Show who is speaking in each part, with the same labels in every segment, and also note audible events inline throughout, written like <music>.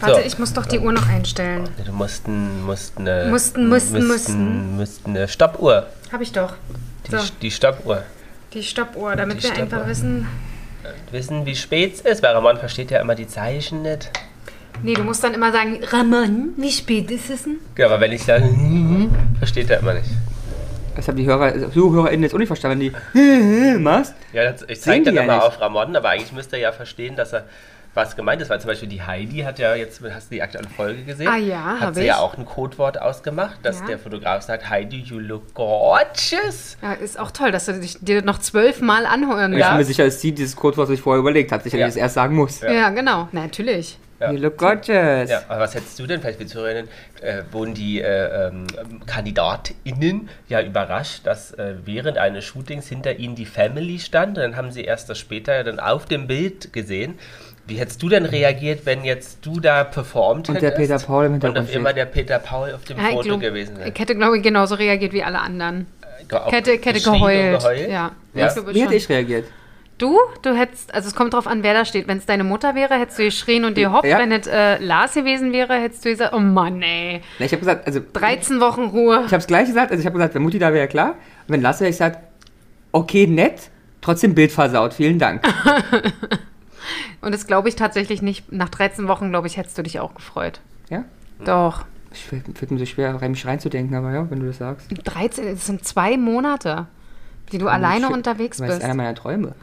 Speaker 1: Warte, ich muss doch die Uhr noch einstellen.
Speaker 2: Du musst, ein- musst eine.
Speaker 1: Mussten, müssten, müssten.
Speaker 2: musst äh, eine Stoppuhr.
Speaker 1: Habe ich doch.
Speaker 2: Die,
Speaker 1: So,
Speaker 2: die Stoppuhr.
Speaker 1: die Stoppuhr, damit
Speaker 2: Die
Speaker 1: wir
Speaker 2: Stoppuhr.
Speaker 1: einfach wissen.
Speaker 2: Wissen, wie spät es ist, weil Ramon versteht ja immer die Zeichen nicht.
Speaker 1: Nee, du musst dann immer sagen, Ramon, wie spät ist es denn?
Speaker 2: Ja, aber wenn ich sage, versteht er immer nicht.
Speaker 3: Das haben die Hörer, also ZuhörerInnen jetzt auch nicht verstanden, die <laughs> machst.
Speaker 2: Ja, das, ich
Speaker 3: Sehen
Speaker 2: zeige
Speaker 3: die
Speaker 2: dann
Speaker 3: ja
Speaker 2: immer
Speaker 3: nicht.
Speaker 2: auf Ramon, aber eigentlich müsste er ja verstehen, dass er was gemeint ist, weil zum Beispiel die Heidi hat ja jetzt, hast du die aktuelle Folge gesehen?
Speaker 1: Ah ja,
Speaker 2: Hat
Speaker 1: hab
Speaker 2: sie
Speaker 1: ich.
Speaker 2: ja auch ein Codewort ausgemacht, dass
Speaker 1: Ja.
Speaker 2: der Fotograf sagt, Heidi, you look gorgeous.
Speaker 1: Ja, ist auch toll, dass du dich dir noch zwölfmal anhören
Speaker 3: Ich bin mir
Speaker 1: darfst.
Speaker 3: sicher, dass sie dieses Codewort sich vorher überlegt hat, sicherlich
Speaker 2: Ja.
Speaker 3: das erst sagen muss.
Speaker 1: Ja. genau. Na, natürlich.
Speaker 2: Ja.
Speaker 3: You look gorgeous.
Speaker 2: Ja, aber was hättest du denn vielleicht mit Zuhörerinnen? Äh, wurden die äh, ähm, KandidatInnen ja überrascht, dass äh, während eines Shootings hinter ihnen die Family stand? Und dann haben sie erst das später dann auf dem Bild gesehen. Wie hättest du denn reagiert, wenn jetzt du da performt
Speaker 3: Und der
Speaker 2: hättest?
Speaker 3: Peter Paul im
Speaker 2: Und
Speaker 3: Hintergrund
Speaker 2: auf immer
Speaker 3: steht.
Speaker 2: der Peter Paul auf dem
Speaker 1: Ja, ich,
Speaker 2: Foto
Speaker 1: glaub,
Speaker 2: gewesen wäre.
Speaker 1: ich hätte, glaube ich, genauso reagiert wie alle anderen.
Speaker 2: Auch
Speaker 1: Ich hätte, hätte
Speaker 2: geschrien und
Speaker 1: geheult. Ja.
Speaker 2: Ja.
Speaker 1: Ich glaube
Speaker 3: Wie hätte
Speaker 1: schon.
Speaker 3: ich reagiert?
Speaker 1: Du? Du hättest, also es kommt drauf an, wer da steht. Wenn es deine Mutter wäre, hättest du geschrien und gehoppt.
Speaker 3: Ja.
Speaker 1: Wenn es äh, Lars gewesen wäre, hättest du gesagt, oh Mann, ey.
Speaker 3: Na, ich habe gesagt, also
Speaker 1: 13 Wochen Ruhe.
Speaker 3: Ich habe es gleich gesagt, also ich habe gesagt, wenn Mutti da wäre, klar. Und wenn Lasse, ich gesagt, okay, nett, trotzdem Bild versaut,
Speaker 1: <laughs>
Speaker 3: vielen Dank.
Speaker 1: Und das glaube ich tatsächlich nicht. Nach 13 Wochen, glaube ich, hättest du dich auch gefreut.
Speaker 3: Ja?
Speaker 1: Doch.
Speaker 3: Ich finde mir so schwer, rein- mich reinzudenken, aber ja, wenn du das sagst.
Speaker 1: 13, das sind zwei Monate, die du alleine
Speaker 3: Ich-
Speaker 1: unterwegs
Speaker 3: Das ist
Speaker 1: bist.
Speaker 3: einer meiner Träume.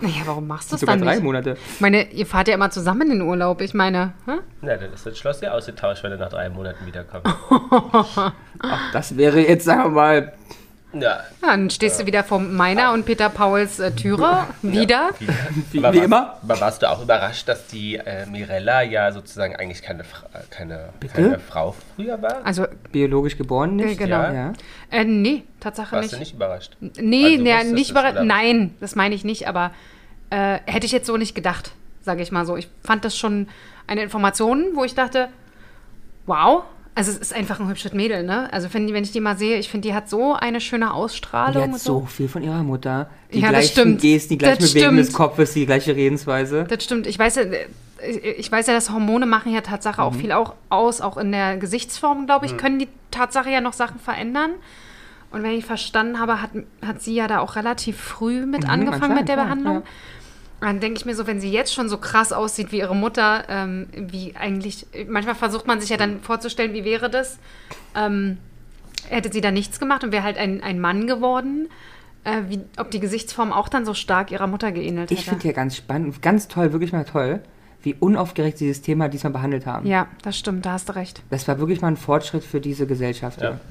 Speaker 1: Naja, warum machst du es
Speaker 3: Sogar
Speaker 1: dann
Speaker 3: drei
Speaker 1: nicht?
Speaker 3: Monate.
Speaker 1: Ich meine, ihr fahrt ja immer zusammen in den Urlaub. Ich meine, hä?
Speaker 2: Na, dann ist das Schloss ja ausgetauscht, wenn er nach drei Monaten
Speaker 1: <laughs>
Speaker 2: wiederkommt.
Speaker 1: Ah.
Speaker 3: Das wäre jetzt, sagen wir mal,
Speaker 2: ja,
Speaker 1: Ja, dann stehst du wieder vor meiner und Peter Pauls äh, Türe. Wieder.
Speaker 2: Aber
Speaker 3: wie, wie
Speaker 2: warst-
Speaker 3: immer.
Speaker 2: Aber warst du auch überrascht, dass die äh, Mirella ja sozusagen eigentlich keine, Fra äh, keine, keine Frau früher war?
Speaker 1: Also,
Speaker 3: Biologisch geboren nicht.
Speaker 1: Äh, genau.
Speaker 3: Ja. ja.
Speaker 1: äh, nee, Tatsache
Speaker 2: Warst du
Speaker 1: nicht.
Speaker 2: nicht überrascht?
Speaker 1: Nee,
Speaker 2: Also
Speaker 1: nee
Speaker 2: wusstest
Speaker 1: nicht
Speaker 2: du's,
Speaker 1: überra-
Speaker 2: oder?
Speaker 1: Nein, das meine ich nicht, aber äh, hätte ich jetzt so nicht gedacht, sage ich mal so. Ich fand das schon eine Information, wo ich dachte, wow, also es ist einfach ein hübsches Mädel, ne? Also wenn, wenn ich die mal sehe, ich finde, die hat so eine schöne
Speaker 3: Die
Speaker 1: Ausstrahlung.
Speaker 3: hat
Speaker 1: und
Speaker 3: so viel von ihrer Mutter. Die
Speaker 1: Ja, das
Speaker 3: gleichen
Speaker 1: stimmt.
Speaker 3: Gesten, die
Speaker 1: Das
Speaker 3: gleiche Bewegung des
Speaker 1: stimmt.
Speaker 3: Kopfes, die gleiche Redensweise.
Speaker 1: Das stimmt. Ich weiß ja, äh, ich weiß ja, dass Hormone machen ja Tatsache
Speaker 3: Mhm.
Speaker 1: auch viel auch aus, auch in der Gesichtsform, glaube ich, können die Tatsache ja noch Sachen verändern. Und wenn ich verstanden habe, hat, hat sie ja da auch relativ früh mit angefangen mit
Speaker 3: Mhm, anscheinend,
Speaker 1: der
Speaker 3: ja,
Speaker 1: Behandlung.
Speaker 3: ja.
Speaker 1: Dann denke ich mir so, wenn sie jetzt schon so krass aussieht wie ihre Mutter, ähm, wie eigentlich, manchmal versucht man sich ja dann vorzustellen, wie wäre das, ähm, hätte sie da nichts gemacht und wäre halt ein, ein Mann geworden, äh, wie, ob die Gesichtsform auch dann so stark ihrer Mutter geähnelt hätte.
Speaker 3: Ich finde ja ganz spannend, und ganz toll, wirklich mal toll, wie unaufgeregt sie dieses Thema diesmal behandelt haben.
Speaker 1: Ja, das stimmt, da hast du recht.
Speaker 3: Das war wirklich mal ein Fortschritt für diese Gesellschaft. hier.
Speaker 2: Ja, Genau.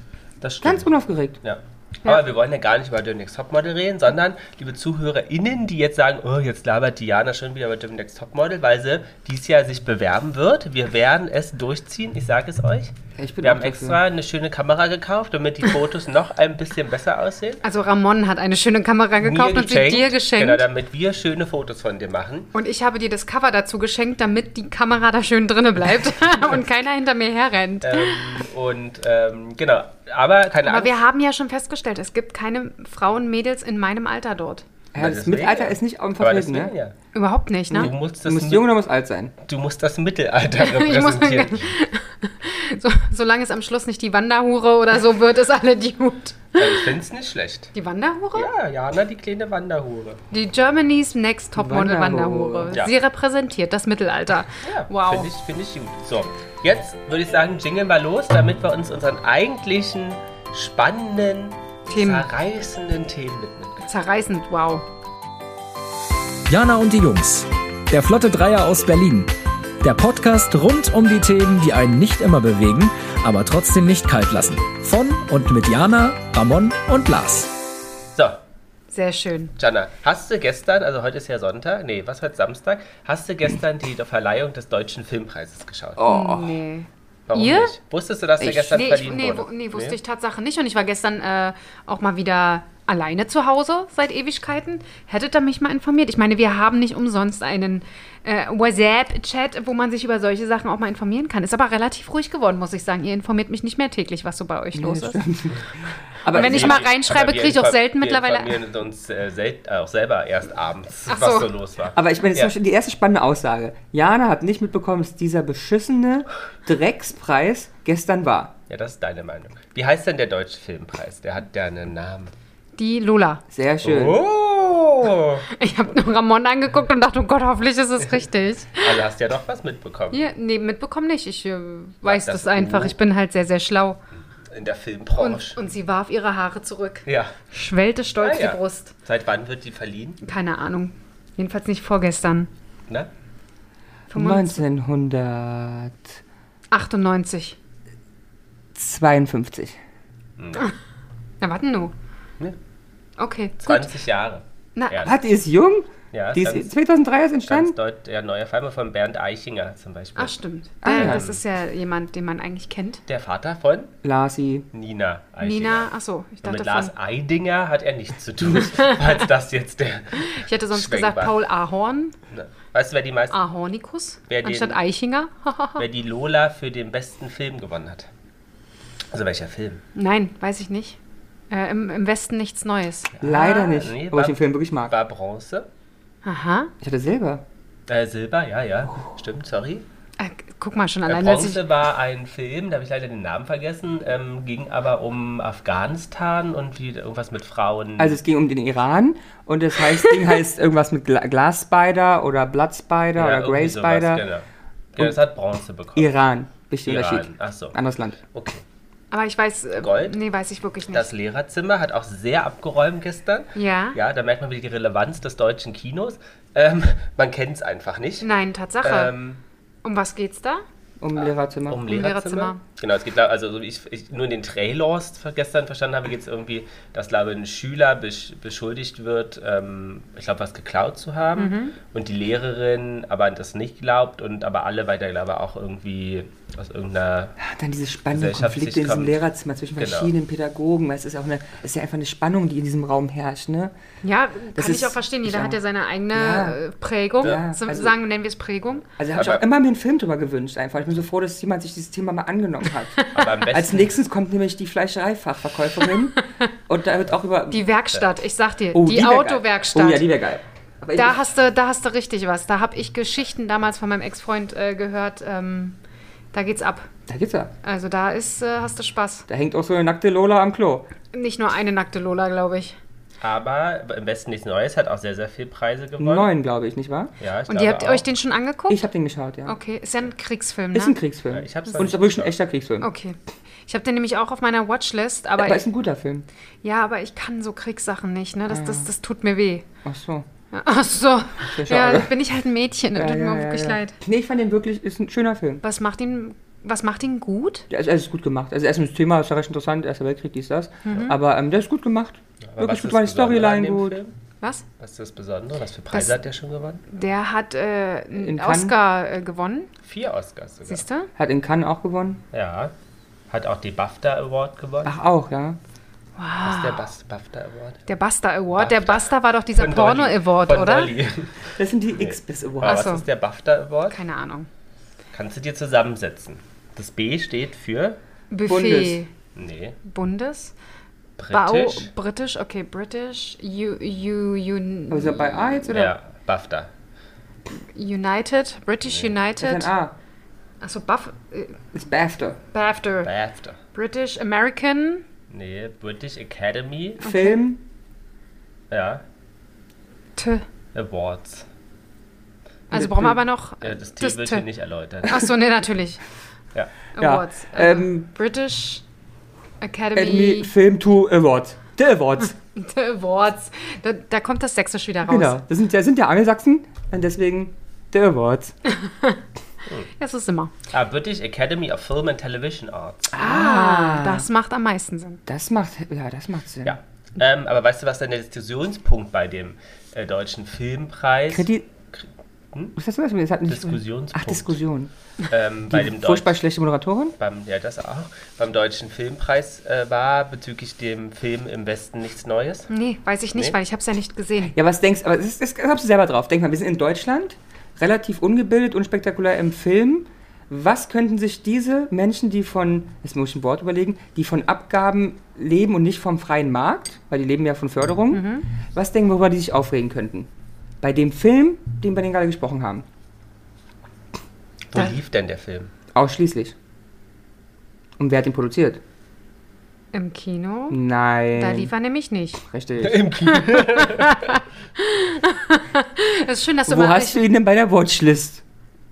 Speaker 2: das stimmt.
Speaker 3: Ganz unaufgeregt.
Speaker 2: ja.
Speaker 1: Ja.
Speaker 2: Aber wir wollen ja gar nicht über Dönex Topmodel reden, sondern liebe ZuhörerInnen, die jetzt sagen, oh, jetzt labert Diana schon wieder über Dönex Topmodel, weil sie dieses Jahr sich bewerben wird. Wir werden es durchziehen, ich sage es euch.
Speaker 3: Ich bin
Speaker 2: wir
Speaker 3: auch
Speaker 2: haben
Speaker 3: dafür.
Speaker 2: extra eine schöne Kamera gekauft, damit die Fotos <laughs> noch ein bisschen besser aussehen.
Speaker 1: Also Ramon hat eine schöne Kamera gekauft und sie dir geschenkt.
Speaker 2: Genau, damit wir schöne Fotos von dir machen.
Speaker 1: und ich habe dir das Cover dazu geschenkt, damit die Kamera da schön drinne
Speaker 2: <laughs>
Speaker 1: bleibt und keiner hinter mir herrennt.
Speaker 2: Ähm,
Speaker 1: <laughs>
Speaker 2: und ähm, genau, aber keine
Speaker 1: Aber
Speaker 2: Angst.
Speaker 1: wir haben ja schon festgestellt, es gibt keine Frauen, Mädels in meinem Alter dort.
Speaker 3: Ja, das
Speaker 2: deswegen
Speaker 3: Mittelalter
Speaker 2: ja.
Speaker 3: ist nicht
Speaker 2: Aber
Speaker 3: vertreten,
Speaker 2: deswegen
Speaker 3: ne?
Speaker 2: ja.
Speaker 1: Überhaupt nicht,
Speaker 2: Du,
Speaker 1: ne?
Speaker 2: musst
Speaker 3: Du
Speaker 2: das,
Speaker 3: musst
Speaker 2: Mi-
Speaker 3: jung oder musst alt sein.
Speaker 2: du musst das Mittelalter
Speaker 1: <laughs> Ich muss-
Speaker 2: repräsentieren.
Speaker 1: So, solange es am Schluss nicht die Wanderhure oder so wird, ist alle gut.
Speaker 2: Also, ich finde es nicht schlecht.
Speaker 1: Die Wanderhure?
Speaker 2: Ja, Jana, die kleine Wanderhure.
Speaker 1: Die Germany's Next Topmodel
Speaker 3: Wanderhure.
Speaker 1: Wanderhure.
Speaker 2: Ja.
Speaker 1: Sie repräsentiert das Mittelalter.
Speaker 2: Ja,
Speaker 1: wow.
Speaker 2: Finde ich, find ich gut. So, jetzt würde ich sagen, jingle mal los, damit wir uns unseren eigentlichen, spannenden,
Speaker 1: Themen.
Speaker 2: zerreißenden Themen widmen können.
Speaker 1: Zerreißend, wow.
Speaker 4: Jana und die Jungs. Der Flotte Dreier aus Berlin. Der Podcast rund um die Themen, die einen nicht immer bewegen, aber trotzdem nicht kalt lassen. Von und mit Jana, Ramon und Lars.
Speaker 2: So,
Speaker 1: Sehr schön.
Speaker 2: Jana, hast du gestern, also heute ist ja Sonntag, nee, was heute Samstag, hast du gestern die Verleihung des Deutschen Filmpreises geschaut?
Speaker 1: Nee.
Speaker 2: Warum
Speaker 1: Ihr?
Speaker 2: nicht? Wusstest du, dass der
Speaker 3: Oh. Ich-
Speaker 2: gestern
Speaker 1: Nee, ich,
Speaker 2: verliehen
Speaker 1: nee,
Speaker 2: wurde?
Speaker 1: wu- nee, wusste
Speaker 2: Nee?
Speaker 1: ich Tatsache nicht. Und ich war gestern äh, auch mal wieder alleine zu Hause seit Ewigkeiten. Hättet ihr mich mal informiert? Ich meine, wir haben nicht umsonst einen äh, WhatsApp-Chat, wo man sich über solche Sachen auch mal informieren kann. Ist aber relativ ruhig geworden, muss ich sagen. Ihr informiert mich nicht mehr täglich, was so bei euch <laughs> los ist.
Speaker 3: Aber
Speaker 1: wenn
Speaker 3: wenn
Speaker 1: ich
Speaker 3: ich
Speaker 1: mal reinschreibe,
Speaker 2: Aber wir
Speaker 1: kriege ich auch
Speaker 2: infor-
Speaker 1: selten mittlerweile-
Speaker 2: Wir informieren uns äh, sel- auch selber erst abends,
Speaker 1: Ach
Speaker 2: <laughs> was
Speaker 1: so.
Speaker 2: so los war.
Speaker 3: aber ich meine, das
Speaker 2: Ja.
Speaker 3: ist schon die erste spannende Aussage. Jana hat nicht mitbekommen, dass dieser beschissene Dreckspreis gestern war.
Speaker 2: ja, das ist deine Meinung. Wie heißt denn der Deutsche Filmpreis? Der hat ja einen Namen.
Speaker 1: Die Lola. <laughs>
Speaker 3: Sehr schön.
Speaker 2: Oh!
Speaker 1: Ich habe nur Ramon angeguckt und dachte, oh Gott, hoffentlich ist es richtig.
Speaker 2: Also hast du ja doch was mitbekommen
Speaker 1: Ja, nee, mitbekommen nicht. Ich äh, weiß
Speaker 2: das
Speaker 1: das, einfach.
Speaker 2: U.
Speaker 1: Ich bin halt sehr, sehr schlau.
Speaker 2: in der
Speaker 1: Und,
Speaker 2: Filmbranche.
Speaker 1: und sie warf ihre Haare zurück.
Speaker 2: ja.
Speaker 1: Schwellte stolz
Speaker 2: Ah, ja.
Speaker 1: die Brust.
Speaker 2: Seit wann wird die verliehen?
Speaker 1: Keine Ahnung. Jedenfalls nicht vorgestern.
Speaker 2: Na?
Speaker 3: 1952.
Speaker 1: 98. Na, warten nur.
Speaker 2: Ne?
Speaker 1: Okay, gut.
Speaker 2: 20 Jahre.
Speaker 1: Na,
Speaker 2: Ja.
Speaker 3: Ah, die ist jung?
Speaker 2: Ja,
Speaker 3: Die
Speaker 2: ganz-
Speaker 3: ist 2003 erst
Speaker 2: Ganz
Speaker 3: entstanden?
Speaker 2: deut ja, neuer Fall mal von Bernd Eichinger zum Beispiel.
Speaker 1: ach stimmt.
Speaker 3: Ah,
Speaker 1: Äh,
Speaker 3: ja.
Speaker 1: Das ist ja jemand, den man eigentlich kennt.
Speaker 2: Der Vater von
Speaker 3: Larsi.
Speaker 2: Nina Eichinger.
Speaker 1: Nina, ach so, ich
Speaker 2: Und
Speaker 1: dachte von,
Speaker 2: mit Lars Eidinger hat er nichts
Speaker 1: <laughs>
Speaker 2: zu tun, falls das jetzt der.
Speaker 1: ich hätte sonst
Speaker 2: Schwenk
Speaker 1: gesagt
Speaker 2: war.
Speaker 1: Paul Ahorn,
Speaker 2: Ne? Weißt du, wer die, meist,
Speaker 1: Ah. Ahornikus,
Speaker 2: Wer den-
Speaker 1: anstatt Eichinger. <laughs>
Speaker 2: wer die Lola für den besten Film gewonnen hat? Also welcher Film?
Speaker 1: Nein, weiß ich nicht. Äh, im, Im Westen nichts Neues.
Speaker 3: Leider nicht.
Speaker 2: Ah, nee,
Speaker 3: aber ich den
Speaker 2: war-
Speaker 3: Film wirklich mag.
Speaker 2: War Bronze?
Speaker 1: Aha.
Speaker 3: Ich hatte Silber.
Speaker 2: Äh, Silber, ja, ja. Stimmt, sorry.
Speaker 1: Äh, guck mal schon
Speaker 2: Äh,
Speaker 1: allein, dass ich
Speaker 2: Bronze war ein Film, da habe ich leider den Namen vergessen, ähm, ging aber um Afghanistan und wie, irgendwas mit Frauen.
Speaker 3: Also es ging um den Iran und das heißt,
Speaker 2: <laughs>
Speaker 3: Ding heißt irgendwas mit Gla Glass Spider oder Blood Spider
Speaker 2: Ja,
Speaker 3: oder
Speaker 2: irgendwie
Speaker 3: Grey
Speaker 2: sowas,
Speaker 3: Spider.
Speaker 2: Genau. genau, das hat Bronze bekommen.
Speaker 3: Iran. Wichtiger
Speaker 2: Iran, also-
Speaker 3: Unterschied.
Speaker 2: ach so.
Speaker 3: Anderes Land.
Speaker 2: Okay.
Speaker 1: Aber ich weiß. Äh,
Speaker 2: Gold?
Speaker 1: Nee, weiß ich wirklich nicht.
Speaker 2: Das Lehrerzimmer hat auch sehr abgeräumt gestern.
Speaker 1: Ja.
Speaker 2: Ja, da merkt man wieder die Relevanz des deutschen Kinos. Ähm, man kennt es einfach nicht.
Speaker 1: Nein, Tatsache.
Speaker 2: Ähm,
Speaker 1: um was geht's da?
Speaker 3: Um Lehrerzimmer.
Speaker 2: um
Speaker 1: Lehrerzimmer.
Speaker 2: Lehrerzimmer. Genau, es geht, glaub- also so wie ich, ich nur in den Trailers ver- gestern verstanden habe, geht es irgendwie, dass glaube ich, ein Schüler besch beschuldigt wird, ähm, ich glaube, was geklaut zu haben und die Lehrerin aber das nicht glaubt und aber alle weiter, glaube ich, auch irgendwie aus irgendeiner
Speaker 3: Ah, Dann
Speaker 2: also
Speaker 3: diese spannende
Speaker 2: gesellschaftlich
Speaker 3: Konflikte in diesem
Speaker 2: kommt.
Speaker 3: Lehrerzimmer zwischen
Speaker 2: Genau.
Speaker 3: verschiedenen Pädagogen, weil es ist auch eine, es ist ja einfach eine Spannung, die in diesem Raum herrscht, ne?
Speaker 1: Ja,
Speaker 3: Das
Speaker 1: kann
Speaker 3: ist-
Speaker 1: ich auch verstehen.
Speaker 3: ich
Speaker 1: Jeder hat
Speaker 3: auch.
Speaker 1: ja seine eigene
Speaker 3: Ja.
Speaker 1: äh, Prägung.
Speaker 3: Ja,
Speaker 1: So-
Speaker 3: also-
Speaker 1: sagen, nennen wir es Prägung.
Speaker 3: Also habe ich
Speaker 2: Aber-
Speaker 3: auch immer mir einen Film drüber gewünscht einfach. Ich bin so froh, dass jemand sich dieses Thema mal angenommen hat.
Speaker 2: <laughs> Aber am besten,
Speaker 3: Als nächstes kommt nämlich die
Speaker 1: <laughs>
Speaker 3: Fleischereifachverkäuferin und da wird auch über
Speaker 1: Die Werkstatt, ich sag dir,
Speaker 3: Oh,
Speaker 1: die,
Speaker 3: wär geil.
Speaker 1: Autowerkstatt.
Speaker 3: Oh ja, die wäre geil. Aber
Speaker 1: da
Speaker 3: ich,
Speaker 1: hast du, da hast du richtig was. Da habe ich Geschichten damals von meinem Ex-Freund äh, gehört. Ähm, da geht's ab.
Speaker 3: da geht's ja.
Speaker 1: Also da ist, äh, hast du Spaß.
Speaker 3: Da hängt auch so eine nackte Lola am Klo.
Speaker 1: Nicht nur eine nackte Lola, glaube ich.
Speaker 2: aber im Westen nichts Neues, hat auch sehr, sehr viel Preise gewonnen.
Speaker 3: Neun, glaube ich, nicht wahr?
Speaker 2: Ja, ich
Speaker 1: Und
Speaker 2: glaube
Speaker 1: ihr habt
Speaker 2: auch.
Speaker 1: euch den schon angeguckt?
Speaker 3: Ich habe den geschaut, ja.
Speaker 1: Oh. okay, ist ja ein Kriegsfilm, ne?
Speaker 3: Ist ein Kriegsfilm.
Speaker 2: Ja, ich hab's noch
Speaker 3: und
Speaker 2: nicht
Speaker 3: ist aber wirklich ein
Speaker 2: geschaut.
Speaker 3: echter Kriegsfilm.
Speaker 1: Okay. Ich habe den nämlich auch auf meiner Watchlist, aber,
Speaker 3: Aber
Speaker 1: ich,
Speaker 3: ist ein guter Film.
Speaker 1: ja, aber ich kann so Kriegssachen nicht, ne? Das, das, das tut mir weh.
Speaker 3: Ach so.
Speaker 1: Ach so. Ja,
Speaker 3: Sehr schade.
Speaker 1: bin ich halt ein Mädchen, das tut mir wirklich leid.
Speaker 3: Nee, ich fand den wirklich, ist ein schöner Film.
Speaker 1: Was macht ihn, was macht ihn gut?
Speaker 3: Der ist, er ist gut gemacht. Also erstens das Thema ist ja recht interessant, Erster Weltkrieg, dies, das.
Speaker 1: Mhm.
Speaker 3: Aber ähm, der ist gut gemacht.
Speaker 2: Aber was ist
Speaker 3: wirklich gut,
Speaker 2: das
Speaker 3: war die
Speaker 2: Besondere an
Speaker 3: Storyline
Speaker 2: dem
Speaker 3: gut.
Speaker 2: Film?
Speaker 1: Was?
Speaker 2: Was ist das Besondere? Was für Preise
Speaker 1: Das-
Speaker 2: hat der schon gewonnen?
Speaker 1: Der hat äh, einen
Speaker 3: In Cannes?
Speaker 1: Oscar äh, gewonnen,
Speaker 2: Vier Oscars sogar.
Speaker 1: siehst du?
Speaker 3: Hat in Cannes auch gewonnen.
Speaker 2: Ja. Hat auch den BAFTA Award gewonnen.
Speaker 3: Ach, auch, ja.
Speaker 2: Was ist der Bas- BAFTA Award?
Speaker 1: Ah. Der Buster Award. Der
Speaker 2: BAFTA.
Speaker 1: Buster war doch dieser
Speaker 2: Von
Speaker 1: Porno
Speaker 2: Dolly.
Speaker 1: Award,
Speaker 2: Von
Speaker 1: oder?
Speaker 2: Dolly.
Speaker 1: <laughs>
Speaker 3: Das sind die X-Bis
Speaker 2: Aber
Speaker 3: Awards.
Speaker 2: was
Speaker 1: so.
Speaker 2: ist der BAFTA Award?
Speaker 1: Keine Ahnung.
Speaker 2: Kannst du dir zusammensetzen. Das B steht für,
Speaker 1: Buffet.
Speaker 2: nee,
Speaker 1: Bundes.
Speaker 2: britisch.
Speaker 1: Bau, britisch, okay, britisch. U, U,
Speaker 3: Aber ist er
Speaker 1: un,
Speaker 3: Also bei A jetzt oder?
Speaker 2: ja, BAFTA.
Speaker 1: United, British
Speaker 3: Das ist
Speaker 1: United.
Speaker 3: ein A.
Speaker 1: Achso, Buff, äh,
Speaker 3: Das ah, ist BAFTA.
Speaker 1: BAFTA.
Speaker 2: BAFTA.
Speaker 1: British American.
Speaker 2: Nee, British Academy,
Speaker 3: Film.
Speaker 2: ja,
Speaker 1: T.
Speaker 2: Awards.
Speaker 1: Also brauchen wir aber noch
Speaker 2: Ja,
Speaker 1: äh,
Speaker 2: das T wird hier nicht erläutern.
Speaker 1: Achso, nee, natürlich.
Speaker 2: <laughs> Ja.
Speaker 1: Awards.
Speaker 3: Ja.
Speaker 1: Also
Speaker 3: Ähm,
Speaker 1: British
Speaker 3: Academy
Speaker 1: Academy
Speaker 3: Film to Award.
Speaker 1: <laughs>
Speaker 3: The Awards.
Speaker 1: Awards. Da, da kommt das Sächsisch wieder raus.
Speaker 3: genau. Das sind, ja- sind ja Angelsachsen und deswegen The Awards.
Speaker 1: Das ist immer.
Speaker 2: Ah, British Academy of Film and Television Arts.
Speaker 3: Ah.
Speaker 1: Das macht am meisten Sinn.
Speaker 3: Das macht, ja, das macht Sinn.
Speaker 2: Ja. Ähm, aber weißt du, was dann der Diskussionspunkt bei dem äh, deutschen Filmpreis?
Speaker 3: Kriti
Speaker 2: Punkten.
Speaker 3: Was hast du das mit? Das hat nicht
Speaker 2: Diskussionspunkt.
Speaker 3: Ach, Diskussion.
Speaker 2: Ähm, bei dem
Speaker 3: Die
Speaker 2: Deutschen
Speaker 3: furchtbar schlechte Moderatorin?
Speaker 2: beim, ja, das auch, beim Deutschen Filmpreis äh, war bezüglich dem Film Im Westen nichts Neues.
Speaker 1: Nee, weiß ich nicht,
Speaker 2: Nee.
Speaker 1: weil ich habe es ja nicht gesehen.
Speaker 3: Ja, was denkst aber das, das kommst du selber drauf. Denk mal, wir sind in Deutschland, relativ ungebildet, unspektakulär im Film. Was könnten sich diese Menschen, die von, das muss ich ein Wort überlegen, die von Abgaben leben und nicht vom freien Markt, weil die leben ja von Förderung,
Speaker 1: Mhm.
Speaker 3: was denken, wir, worüber die sich aufregen könnten? Bei dem Film, den wir den gerade gesprochen haben.
Speaker 2: Wo
Speaker 1: Da-
Speaker 2: lief denn der Film?
Speaker 3: Ausschließlich. Und wer hat ihn produziert?
Speaker 1: Im Kino,
Speaker 3: Nein.
Speaker 1: da lief er nämlich nicht.
Speaker 3: Richtig.
Speaker 2: Im Kino.
Speaker 1: Es ist schön, dass du
Speaker 3: Wo
Speaker 1: mal.
Speaker 3: hast du ihn denn bei der Watchlist?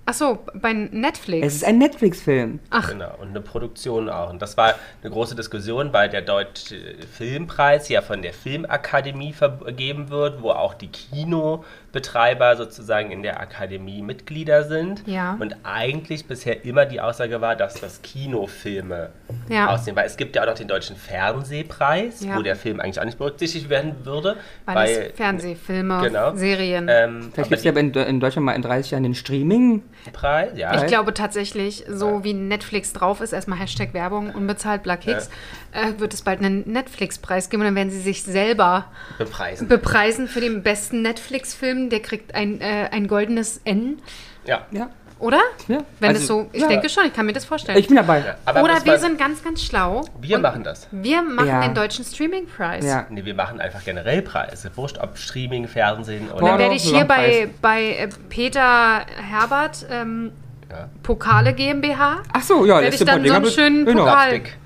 Speaker 1: Achso, bei Netflix.
Speaker 3: Es ist ein Netflix-Film.
Speaker 1: Ach,
Speaker 2: Genau, und eine Produktion auch. Und das war eine große Diskussion, weil der Deutsche Filmpreis ja von der Filmakademie vergeben wird, wo auch die Kinobetreiber sozusagen in der Akademie Mitglieder sind.
Speaker 1: Ja.
Speaker 2: Und eigentlich bisher immer die Aussage war, dass das Kinofilme
Speaker 1: Ja.
Speaker 2: aussehen. Weil es gibt ja auch noch den Deutschen Fernsehpreis,
Speaker 1: Ja.
Speaker 2: wo der Film eigentlich auch nicht berücksichtigt werden würde.
Speaker 1: weil, es Fernsehfilme,
Speaker 2: genau.
Speaker 1: Serien.
Speaker 2: ähm,
Speaker 3: Vielleicht
Speaker 2: aber
Speaker 3: gibt es ja in, in Deutschland mal in 30 Jahren den Streaming.
Speaker 2: den Preis, ja.
Speaker 1: ich glaube tatsächlich, so wie Netflix drauf ist, erstmal Hashtag Werbung, unbezahlt Black Hicks, äh, wird es bald einen Netflix-Preis geben und dann werden sie sich selber
Speaker 2: bepreisen.
Speaker 1: bepreisen für den besten Netflix-Film. Der kriegt ein, äh, ein goldenes N,
Speaker 2: ja.
Speaker 3: Ja.
Speaker 1: oder?
Speaker 3: ja.
Speaker 1: Wenn
Speaker 2: Also,
Speaker 1: es so, ich
Speaker 3: ja.
Speaker 1: denke schon, ich kann mir das vorstellen.
Speaker 3: Ich bin dabei.
Speaker 2: ja.
Speaker 1: oder
Speaker 2: muss
Speaker 1: wir
Speaker 2: man-
Speaker 1: sind ganz, ganz schlau.
Speaker 2: Wir
Speaker 1: und
Speaker 2: machen das.
Speaker 1: Wir machen
Speaker 3: Ja.
Speaker 1: den deutschen Streaming-Preis.
Speaker 3: Ja.
Speaker 2: Nee, wir machen einfach generell Preise. Wurscht, ob Streaming, Fernsehen
Speaker 1: Dann
Speaker 2: oder.
Speaker 3: Porno.
Speaker 1: werde ich hier
Speaker 3: Langpreis.
Speaker 1: bei, bei äh, Peter Herbert ähm,
Speaker 2: Ja.
Speaker 1: Pokale GmbH.
Speaker 3: Ach so, ja.
Speaker 1: Werde
Speaker 3: jetzt
Speaker 1: ich
Speaker 3: sind
Speaker 1: dann
Speaker 3: wir
Speaker 1: so einen
Speaker 3: Dinger-
Speaker 1: schönen
Speaker 3: genau.
Speaker 1: Pokal.
Speaker 2: Dick.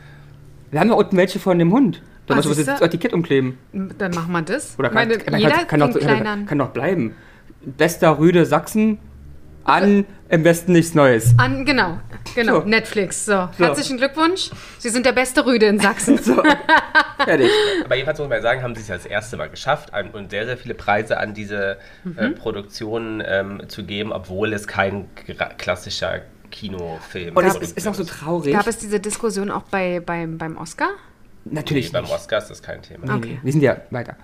Speaker 3: Wir haben ja unten welche von dem Hund. Da
Speaker 1: Ah,
Speaker 3: muss man
Speaker 1: siehste?
Speaker 3: das Etikett umkleben.
Speaker 1: Dann machen wir das.
Speaker 3: Oder kann,
Speaker 1: Meine,
Speaker 3: kann,
Speaker 1: jeder
Speaker 3: kann, kann, auch,
Speaker 1: fängt klein
Speaker 3: kann,
Speaker 1: an.
Speaker 3: kann auch bleiben. Bester Rüde Sachsen an im Westen
Speaker 1: <laughs>
Speaker 3: nichts Neues.
Speaker 1: an. Genau, genau.
Speaker 3: So.
Speaker 1: Netflix. So. herzlichen Glückwunsch. Sie sind der beste Rüde in
Speaker 3: <laughs>
Speaker 1: Sachsen.
Speaker 3: Fertig.
Speaker 2: Aber jedenfalls muss man sagen, haben sie es ja das erste Mal geschafft an, und sehr, sehr viele Preise an diese äh,
Speaker 3: Mhm.
Speaker 2: Produktionen ähm, zu geben, obwohl es kein gra- klassischer Kinofilm
Speaker 3: Und das
Speaker 2: Produktion
Speaker 3: ist, ist auch so traurig.
Speaker 1: Gab es diese Diskussion auch bei, beim, beim Oscar?
Speaker 3: Natürlich
Speaker 2: Nee, beim
Speaker 3: nicht.
Speaker 2: Oscar ist das kein Thema.
Speaker 1: Okay.
Speaker 3: Mhm. Wir sind ja weiter.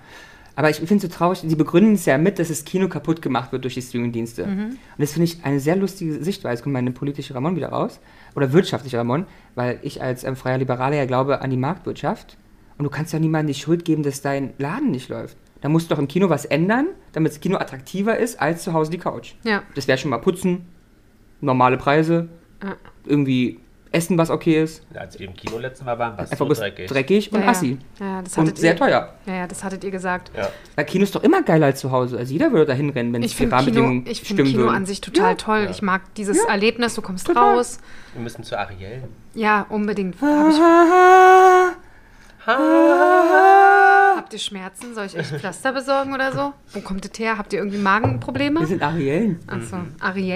Speaker 3: Aber ich finde es so traurig, die begründen es ja mit, dass das Kino kaputt gemacht wird durch die Streamingdienste.
Speaker 1: Mhm.
Speaker 3: Und das finde ich eine sehr lustige Sichtweise. Kommt meine politische Ramon wieder raus. Oder wirtschaftliche Ramon, weil ich als ähm, freier Liberaler ja glaube an die Marktwirtschaft. Und du kannst ja niemandem die Schuld geben, dass dein Laden nicht läuft. Da musst du doch im Kino was ändern, damit das Kino attraktiver ist als zu Hause die Couch.
Speaker 1: Ja.
Speaker 3: Das wäre schon mal putzen, normale Preise,
Speaker 1: Ja.
Speaker 3: irgendwie essen, was okay ist.
Speaker 2: Als wir im Kino letztes Mal waren, war es
Speaker 3: Mhm. Einfach
Speaker 2: so
Speaker 3: bloß
Speaker 2: dreckig.
Speaker 3: dreckig und
Speaker 1: Ja, ja.
Speaker 3: assi.
Speaker 1: Ja, das hattet
Speaker 3: Und sehr
Speaker 1: ihr,
Speaker 3: teuer.
Speaker 1: Ja, ja, das hattet ihr gesagt.
Speaker 2: Ja.
Speaker 3: Weil Kino ist doch immer geiler als zu Hause. Also jeder würde da hinrennen, wenn
Speaker 1: Ich
Speaker 3: es die
Speaker 1: finde Kino,
Speaker 3: Rahmenbedingungen
Speaker 1: ich find
Speaker 3: stimmen
Speaker 1: Kino
Speaker 3: würden.
Speaker 1: an sich total
Speaker 3: Ja.
Speaker 1: toll. Ich mag dieses
Speaker 3: Ja.
Speaker 1: Erlebnis, du kommst
Speaker 3: Total. Ah.
Speaker 1: raus.
Speaker 2: Wir müssen zu Ariel.
Speaker 1: Ja, unbedingt. Hab ich Habt ihr Schmerzen? Soll ich euch Pflaster besorgen oder so? Wo kommt das her? Habt ihr irgendwie
Speaker 3: Wir <laughs>
Speaker 1: Magenprobleme?
Speaker 3: sind Ariellen.
Speaker 1: Achso,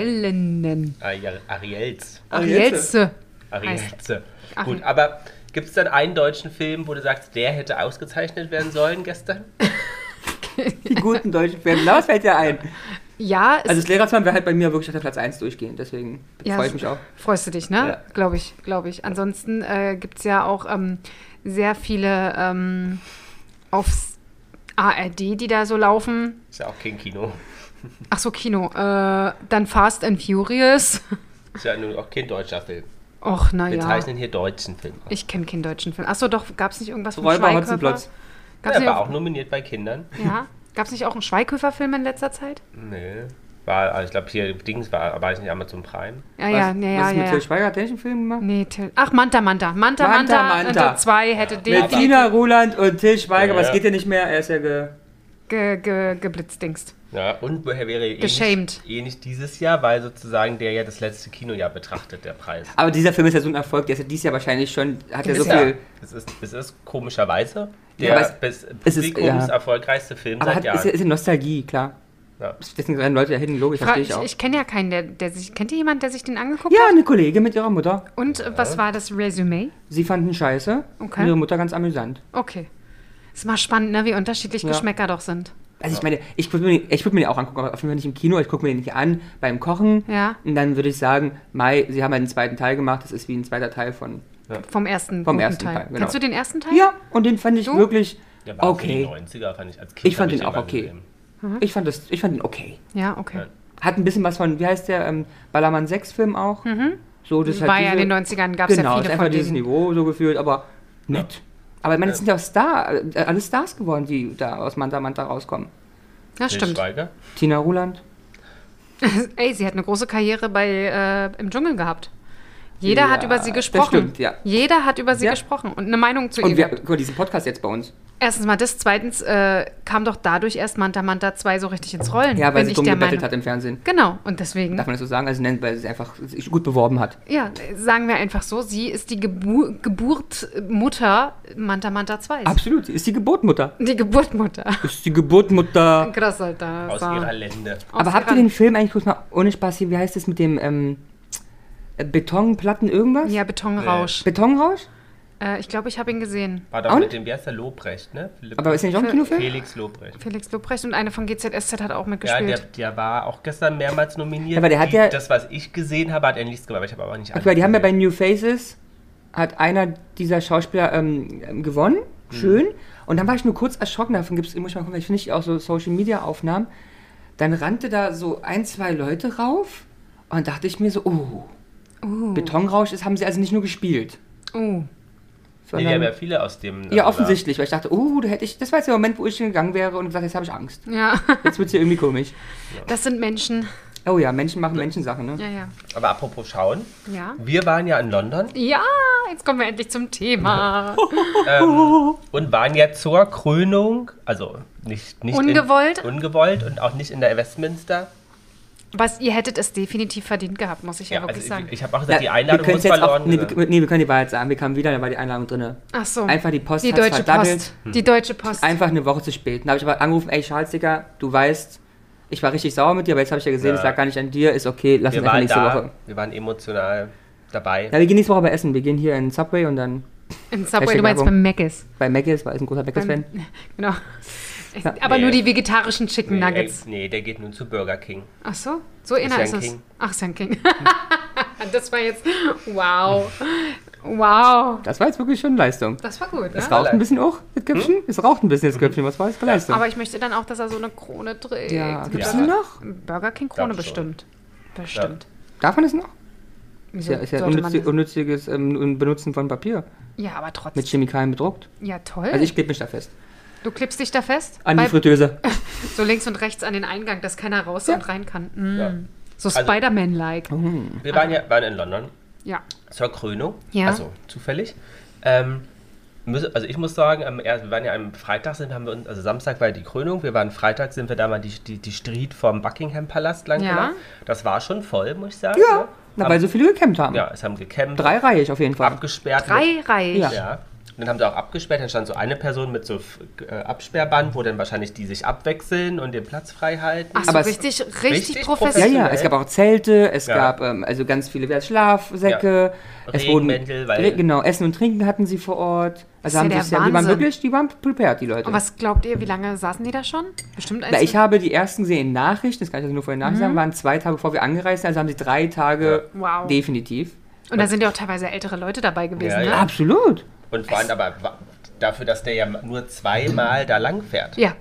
Speaker 1: Ariellen.
Speaker 2: Ariel Ariels.
Speaker 1: Arielze.
Speaker 2: Arielze.
Speaker 1: Ach,
Speaker 2: Gut,
Speaker 1: nee.
Speaker 2: aber gibt es dann einen deutschen Film, wo du sagst, der hätte ausgezeichnet werden sollen gestern?
Speaker 3: Die guten deutschen Filme. Na, was fällt dir ein?
Speaker 1: Ja, es,
Speaker 3: Also das Lehrerzimmer wäre halt bei mir wirklich auf der Platz 1 durchgehend. Deswegen
Speaker 1: ja,
Speaker 3: freue ich mich auch.
Speaker 1: Freust du dich, ne?
Speaker 3: Ja.
Speaker 1: Glaube ich, glaube ich. Ansonsten äh, gibt es ja auch ähm, sehr viele ähm, aufs ARD, die da so laufen.
Speaker 2: Ist ja auch kein Kino.
Speaker 1: Ach so, Kino. Äh, dann Fast and Furious. <laughs>
Speaker 2: Ist ja nun auch kein deutscher Film.
Speaker 1: Och,
Speaker 2: Wir
Speaker 1: naja.
Speaker 2: zeichnen hier deutschen Film aus.
Speaker 1: Ich kenne keinen deutschen Film. Achso, doch, gab es nicht irgendwas von
Speaker 3: Räuber
Speaker 1: Schweighöfer?
Speaker 3: Hotzenplotz.
Speaker 1: Gab's
Speaker 2: er war
Speaker 1: nicht-
Speaker 2: auch nominiert bei Kindern.
Speaker 1: Ja. Gab es nicht auch einen Schweighöfer-Film in letzter Zeit?
Speaker 2: Nee. War, also ich glaube, hier Dings war, war ich nicht Amazon Prime.
Speaker 1: Ah, Ja, ja,
Speaker 3: was,
Speaker 1: ja, ja.
Speaker 3: was ist mit
Speaker 1: ja,
Speaker 3: Till
Speaker 1: ja.
Speaker 3: Schweiger? Hat der nicht einen Film gemacht?
Speaker 1: Nee, Till. Ach, Manta Manta. Manta
Speaker 3: Manta,
Speaker 1: Manta,
Speaker 3: Manta.
Speaker 1: unter zwei hätte den
Speaker 3: Mit
Speaker 2: aber-
Speaker 3: Tina Ruland und Till Schweiger.
Speaker 2: Ja,
Speaker 3: Was
Speaker 2: ja.
Speaker 3: geht denn nicht mehr? Er ist ja ge...
Speaker 1: ge, ge, geblitzdingst.
Speaker 2: Ja, und woher wäre eh
Speaker 1: Geschämt.
Speaker 2: nicht, eh nicht dieses Jahr, weil sozusagen der ja das letzte Kinojahr betrachtet, der Preis.
Speaker 3: Aber dieser Film ist ja so ein Erfolg. Der ist ja dieses Jahr wahrscheinlich schon... Hat ja so
Speaker 1: Ist
Speaker 2: ja,
Speaker 3: viel...
Speaker 2: es, ist, es ist komischerweise
Speaker 3: Ja,
Speaker 2: der
Speaker 3: aber
Speaker 2: bis
Speaker 3: es ist-
Speaker 2: Publikums
Speaker 3: ja.
Speaker 2: erfolgreichste Film seit
Speaker 3: Aber hat, ist,
Speaker 2: Jahren.
Speaker 3: ja- ist ja Nostalgie, klar.
Speaker 2: Ja.
Speaker 3: Deswegen rennen Leute dahin, logisch,
Speaker 1: Fra
Speaker 3: verstehe
Speaker 1: ich
Speaker 3: ich auch.
Speaker 1: ich kenne ja keinen, der, der sich. Kennt ihr jemanden, der sich den angeguckt
Speaker 3: ja,
Speaker 1: hat?
Speaker 3: eine Kollegin mit ihrer Mutter.
Speaker 1: Und äh, was war das Resümee?
Speaker 3: Sie fanden scheiße
Speaker 1: Okay.
Speaker 3: und ihre Mutter ganz amüsant.
Speaker 1: Okay. Ist mal spannend, ne? wie unterschiedlich
Speaker 3: Ja.
Speaker 1: Geschmäcker doch sind.
Speaker 3: Also ich meine, ich würde mir, den- ich würd mir den auch angucken, aber auf jeden Fall nicht im Kino, ich gucke mir den hier an beim Kochen.
Speaker 1: Ja.
Speaker 3: Und dann würde ich sagen, Mai, sie haben ja den zweiten Teil gemacht, das ist wie ein zweiter Teil von.
Speaker 1: Vom ersten,
Speaker 3: Vom
Speaker 1: guten
Speaker 3: ersten Teil, genau.
Speaker 1: Kennst du den ersten Teil?
Speaker 3: Ja, und den fand ich
Speaker 1: Du?
Speaker 3: wirklich
Speaker 2: Der war für die
Speaker 3: okay.
Speaker 2: 90er, fand ich als Kind.
Speaker 3: Ich fand
Speaker 2: hab
Speaker 3: den auch
Speaker 2: immer
Speaker 3: okay.
Speaker 2: gesehen.
Speaker 3: Ich fand, das, ich fand den okay.
Speaker 1: Ja, okay.
Speaker 2: Ja.
Speaker 3: Hat ein bisschen was von, wie heißt der, ähm, Ballermann 6-Film auch. So, das
Speaker 1: Mhm. War
Speaker 3: halt
Speaker 1: ja
Speaker 3: diese-
Speaker 1: in den 90ern, gab es
Speaker 3: Genau,
Speaker 1: ja
Speaker 3: ist
Speaker 1: viele
Speaker 3: einfach
Speaker 1: von
Speaker 3: dieses
Speaker 1: diesen.
Speaker 3: Niveau so gefühlt, aber nett. Aber ich meine, es sind ja auch Star, äh, alle Stars geworden, die da aus Manta Manta rauskommen.
Speaker 1: Ja,
Speaker 2: Til
Speaker 1: stimmt.
Speaker 2: Schweiger.
Speaker 3: Tina Ruland.
Speaker 1: <laughs> Ey, sie hat eine große Karriere bei, äh, im Dschungel gehabt. Jeder
Speaker 3: Ja,
Speaker 1: hat über sie
Speaker 3: das
Speaker 1: gesprochen.
Speaker 3: stimmt, ja.
Speaker 1: Jeder hat über sie
Speaker 3: Ja.
Speaker 1: gesprochen und eine Meinung zu
Speaker 3: Und
Speaker 1: ihr.
Speaker 3: wir guck mal, diesen Podcast jetzt bei uns.
Speaker 1: Erstens mal das, zweitens äh, kam doch dadurch erst Manta Manta 2 so richtig ins Rollen.
Speaker 3: Ja, weil
Speaker 1: bin
Speaker 3: sie
Speaker 1: ich
Speaker 3: dumm
Speaker 1: der
Speaker 3: gebettelt
Speaker 1: Meinung.
Speaker 3: hat im Fernsehen.
Speaker 1: Genau, und deswegen,
Speaker 3: Darf man das so sagen? Also nennen, weil sie einfach sich gut beworben hat.
Speaker 1: ja, sagen wir einfach so, sie ist die Gebu Geburtmutter Manta Manta 2.
Speaker 3: Absolut, sie ist die Geburtmutter.
Speaker 1: Die Geburtmutter.
Speaker 3: Ist die Geburtmutter.
Speaker 1: Krass, Alter.
Speaker 2: Aus ihrer Lände.
Speaker 3: Aber habt ihr den Film eigentlich kurz mal ohne Spaß hier, wie heißt das mit dem ähm, äh, Betonplatten irgendwas?
Speaker 1: Ja, Betonrausch.
Speaker 3: Betonrausch?
Speaker 1: Äh, ich glaube, ich habe ihn gesehen.
Speaker 2: War doch
Speaker 3: Und?
Speaker 2: mit dem, wie heißt der, Lobrecht, ne? Philipp-
Speaker 3: Aber ist der nicht auch ein
Speaker 1: Für-
Speaker 3: Kinofilm?
Speaker 2: Felix Lobrecht.
Speaker 1: Felix Lobrecht und eine von GZSZ hat auch
Speaker 2: Ja, der,
Speaker 1: mitgespielt.
Speaker 2: der war auch gestern mehrmals nominiert.
Speaker 3: Ja, aber der hat
Speaker 2: die,
Speaker 3: ja-
Speaker 2: Das, was ich gesehen habe, hat er nichts gemacht. aber Ich habe aber nicht
Speaker 3: Okay, weil die haben ja
Speaker 2: alles
Speaker 3: bei New Faces, hat einer dieser Schauspieler ähm, ähm, gewonnen.
Speaker 2: Mhm.
Speaker 3: Schön. Und dann war ich nur kurz erschrocken, davon gibt's, muss ich mal gucken, weil ich finde ich auch so Social Media Aufnahmen. Dann rannte da so ein, zwei Leute rauf und dachte ich mir so, oh, Betonrausch, das haben sie also nicht nur gespielt.
Speaker 1: Oh.
Speaker 2: gesehen. Nee, die haben ja
Speaker 3: Sondern,
Speaker 2: viele aus dem. äh,
Speaker 3: ja, offensichtlich, weil ich dachte, oh, da hätte ich, das war jetzt der Moment, wo ich gegangen wäre und gesagt, jetzt habe ich Angst.
Speaker 2: <laughs>
Speaker 1: Ja,
Speaker 3: Jetzt wird es hier irgendwie komisch.
Speaker 1: das sind Menschen.
Speaker 3: Oh ja, Menschen machen Menschensachen, ne?
Speaker 1: Ja, ja.
Speaker 2: Aber apropos schauen.
Speaker 1: Ja.
Speaker 2: Wir waren ja in London
Speaker 1: Ja, jetzt kommen wir endlich zum
Speaker 3: <laughs>
Speaker 1: Thema.
Speaker 2: und waren ja zur Krönung, also nicht, nicht
Speaker 1: Ungewollt?
Speaker 2: In, ungewollt und auch nicht in der Westminster.
Speaker 1: Was, ihr hättet es definitiv verdient gehabt, muss ich ja,
Speaker 2: also
Speaker 1: wirklich
Speaker 2: ich,
Speaker 1: sagen.
Speaker 2: ich habe auch
Speaker 3: Ja,
Speaker 2: gesagt, die Einladung
Speaker 3: wir
Speaker 2: muss
Speaker 3: können's jetzt
Speaker 2: verloren.
Speaker 3: auch, nee,
Speaker 2: gehen.
Speaker 3: wir, nee, wir können die Wahrheit sagen. Wir kamen wieder, da war die Einladung drin.
Speaker 1: Ach so.
Speaker 3: Einfach die Post
Speaker 1: Die
Speaker 3: hat's
Speaker 1: Deutsche
Speaker 3: verdattelt.
Speaker 1: Post.
Speaker 2: Hm.
Speaker 1: Die Deutsche Post.
Speaker 3: Einfach eine Woche zu spät. Dann habe ich aber angerufen, ey Charles, Digga, du weißt, ich war richtig sauer mit dir, aber jetzt habe ich ja gesehen,
Speaker 2: Ja.
Speaker 3: es lag gar nicht an dir, ist okay, lass
Speaker 2: wir
Speaker 3: uns einfach
Speaker 2: waren
Speaker 3: nächste
Speaker 2: da,
Speaker 3: Woche.
Speaker 2: wir waren emotional dabei.
Speaker 3: Ja, wir gehen nächste Woche aber essen. Wir gehen hier in Subway und dann
Speaker 1: Im Subway,
Speaker 3: Hashtag
Speaker 1: du meinst
Speaker 3: Werbung.
Speaker 1: beim Mc's.
Speaker 3: bei Maggis, weil ich ein großer Maggis-Fan.
Speaker 1: <laughs> Genau. Aber
Speaker 2: Nee.
Speaker 1: nur die vegetarischen Chicken
Speaker 2: Nee,
Speaker 1: Nuggets.
Speaker 2: ey, nee, der geht nun zu Burger King.
Speaker 1: Ach so, so inner ist
Speaker 2: ja ein
Speaker 1: es.
Speaker 2: King.
Speaker 1: Ach, ist ja ein
Speaker 2: <laughs>
Speaker 1: King. das war jetzt, wow. Wow.
Speaker 3: Das war jetzt wirklich schon Leistung.
Speaker 1: Das war gut,
Speaker 3: Es
Speaker 1: ne?
Speaker 3: raucht ein bisschen auch, das Köpfchen. Es raucht ein bisschen, das Köpfchen. Was war das für Leistung?
Speaker 1: Aber ich möchte dann auch, dass er so eine Krone trägt.
Speaker 3: ja, gibt es
Speaker 2: Ja.
Speaker 3: die noch?
Speaker 1: Burger King Krone
Speaker 2: Glaub schon.
Speaker 1: bestimmt. Bestimmt.
Speaker 3: Darf man das noch?
Speaker 1: Wieso
Speaker 3: Ja, ist ja
Speaker 1: sollte man
Speaker 3: unnützig, unnütziges ähm, Benutzen von Papier
Speaker 1: das- ja, aber trotzdem.
Speaker 3: mit Chemikalien bedruckt.
Speaker 1: Ja, toll.
Speaker 3: Also ich klebe mich da fest.
Speaker 1: du klebst dich da fest?
Speaker 3: An
Speaker 1: Bei-
Speaker 3: die Fritteuse.
Speaker 1: so links und rechts an den Eingang, dass keiner raus
Speaker 3: Ja. Mhm.
Speaker 1: und rein kann. Mm.
Speaker 2: Ja.
Speaker 1: So
Speaker 2: Also-
Speaker 1: Spider-Man-like.
Speaker 2: Wir waren ja waren in London
Speaker 1: Ja.
Speaker 2: zur Krönung.
Speaker 1: Ja.
Speaker 2: Also zufällig. Ähm, müsse- also ich muss sagen, am erst- wir waren ja am Freitag sind haben wir uns, also Samstag war die Krönung, wir waren Freitag sind wir da mal die, die, die Street vom Buckingham Palast lang
Speaker 1: Ja.
Speaker 2: gelaufen. Das war schon voll, muss ich sagen. ne?
Speaker 3: Ja,
Speaker 2: Haben-
Speaker 3: na, weil so viele gekämpft haben.
Speaker 2: ja, es haben gekämpft,
Speaker 3: Drei reihig auf jeden Fall.
Speaker 2: abgesperrt.
Speaker 1: Drei reich.
Speaker 3: Ja.
Speaker 2: Ja. Und dann haben sie auch abgesperrt, dann stand so eine Person mit so äh, Absperrband, wo dann wahrscheinlich die sich abwechseln und den Platz frei halten.
Speaker 1: Ach so,
Speaker 3: Aber es-
Speaker 1: richtig, richtig,
Speaker 2: richtig
Speaker 3: Ja,
Speaker 1: professionell.
Speaker 3: ja, es gab auch Zelte, es
Speaker 2: Ja.
Speaker 3: gab ähm, also ganz viele wer- Schlafsäcke,
Speaker 2: Ja.
Speaker 3: es
Speaker 2: Regenmäntel,
Speaker 3: wurden
Speaker 2: weil-
Speaker 3: Re- genau Essen und Trinken hatten sie vor Ort. Also
Speaker 1: ja
Speaker 3: haben
Speaker 1: der
Speaker 3: sich sehr, die waren
Speaker 1: Wahnsinn.
Speaker 3: wirklich, die waren prepared die Leute.
Speaker 1: Und was glaubt ihr, wie lange saßen die da schon? Bestimmt eins.
Speaker 3: Na, ich habe die ersten gesehen Nachrichten, das kann ich also nur vorhin nachsagen, waren zwei Tage bevor wir angereist sind, also haben sie drei Tage
Speaker 1: Ja. Mhm. Wow.
Speaker 3: definitiv.
Speaker 1: und da sind ja auch teilweise ältere Leute dabei gewesen,
Speaker 2: Ja,
Speaker 1: ne?
Speaker 2: ja.
Speaker 3: Absolut.
Speaker 2: Und vor allem aber wa- dafür, dass der ja nur zweimal da lang fährt.
Speaker 1: Ja.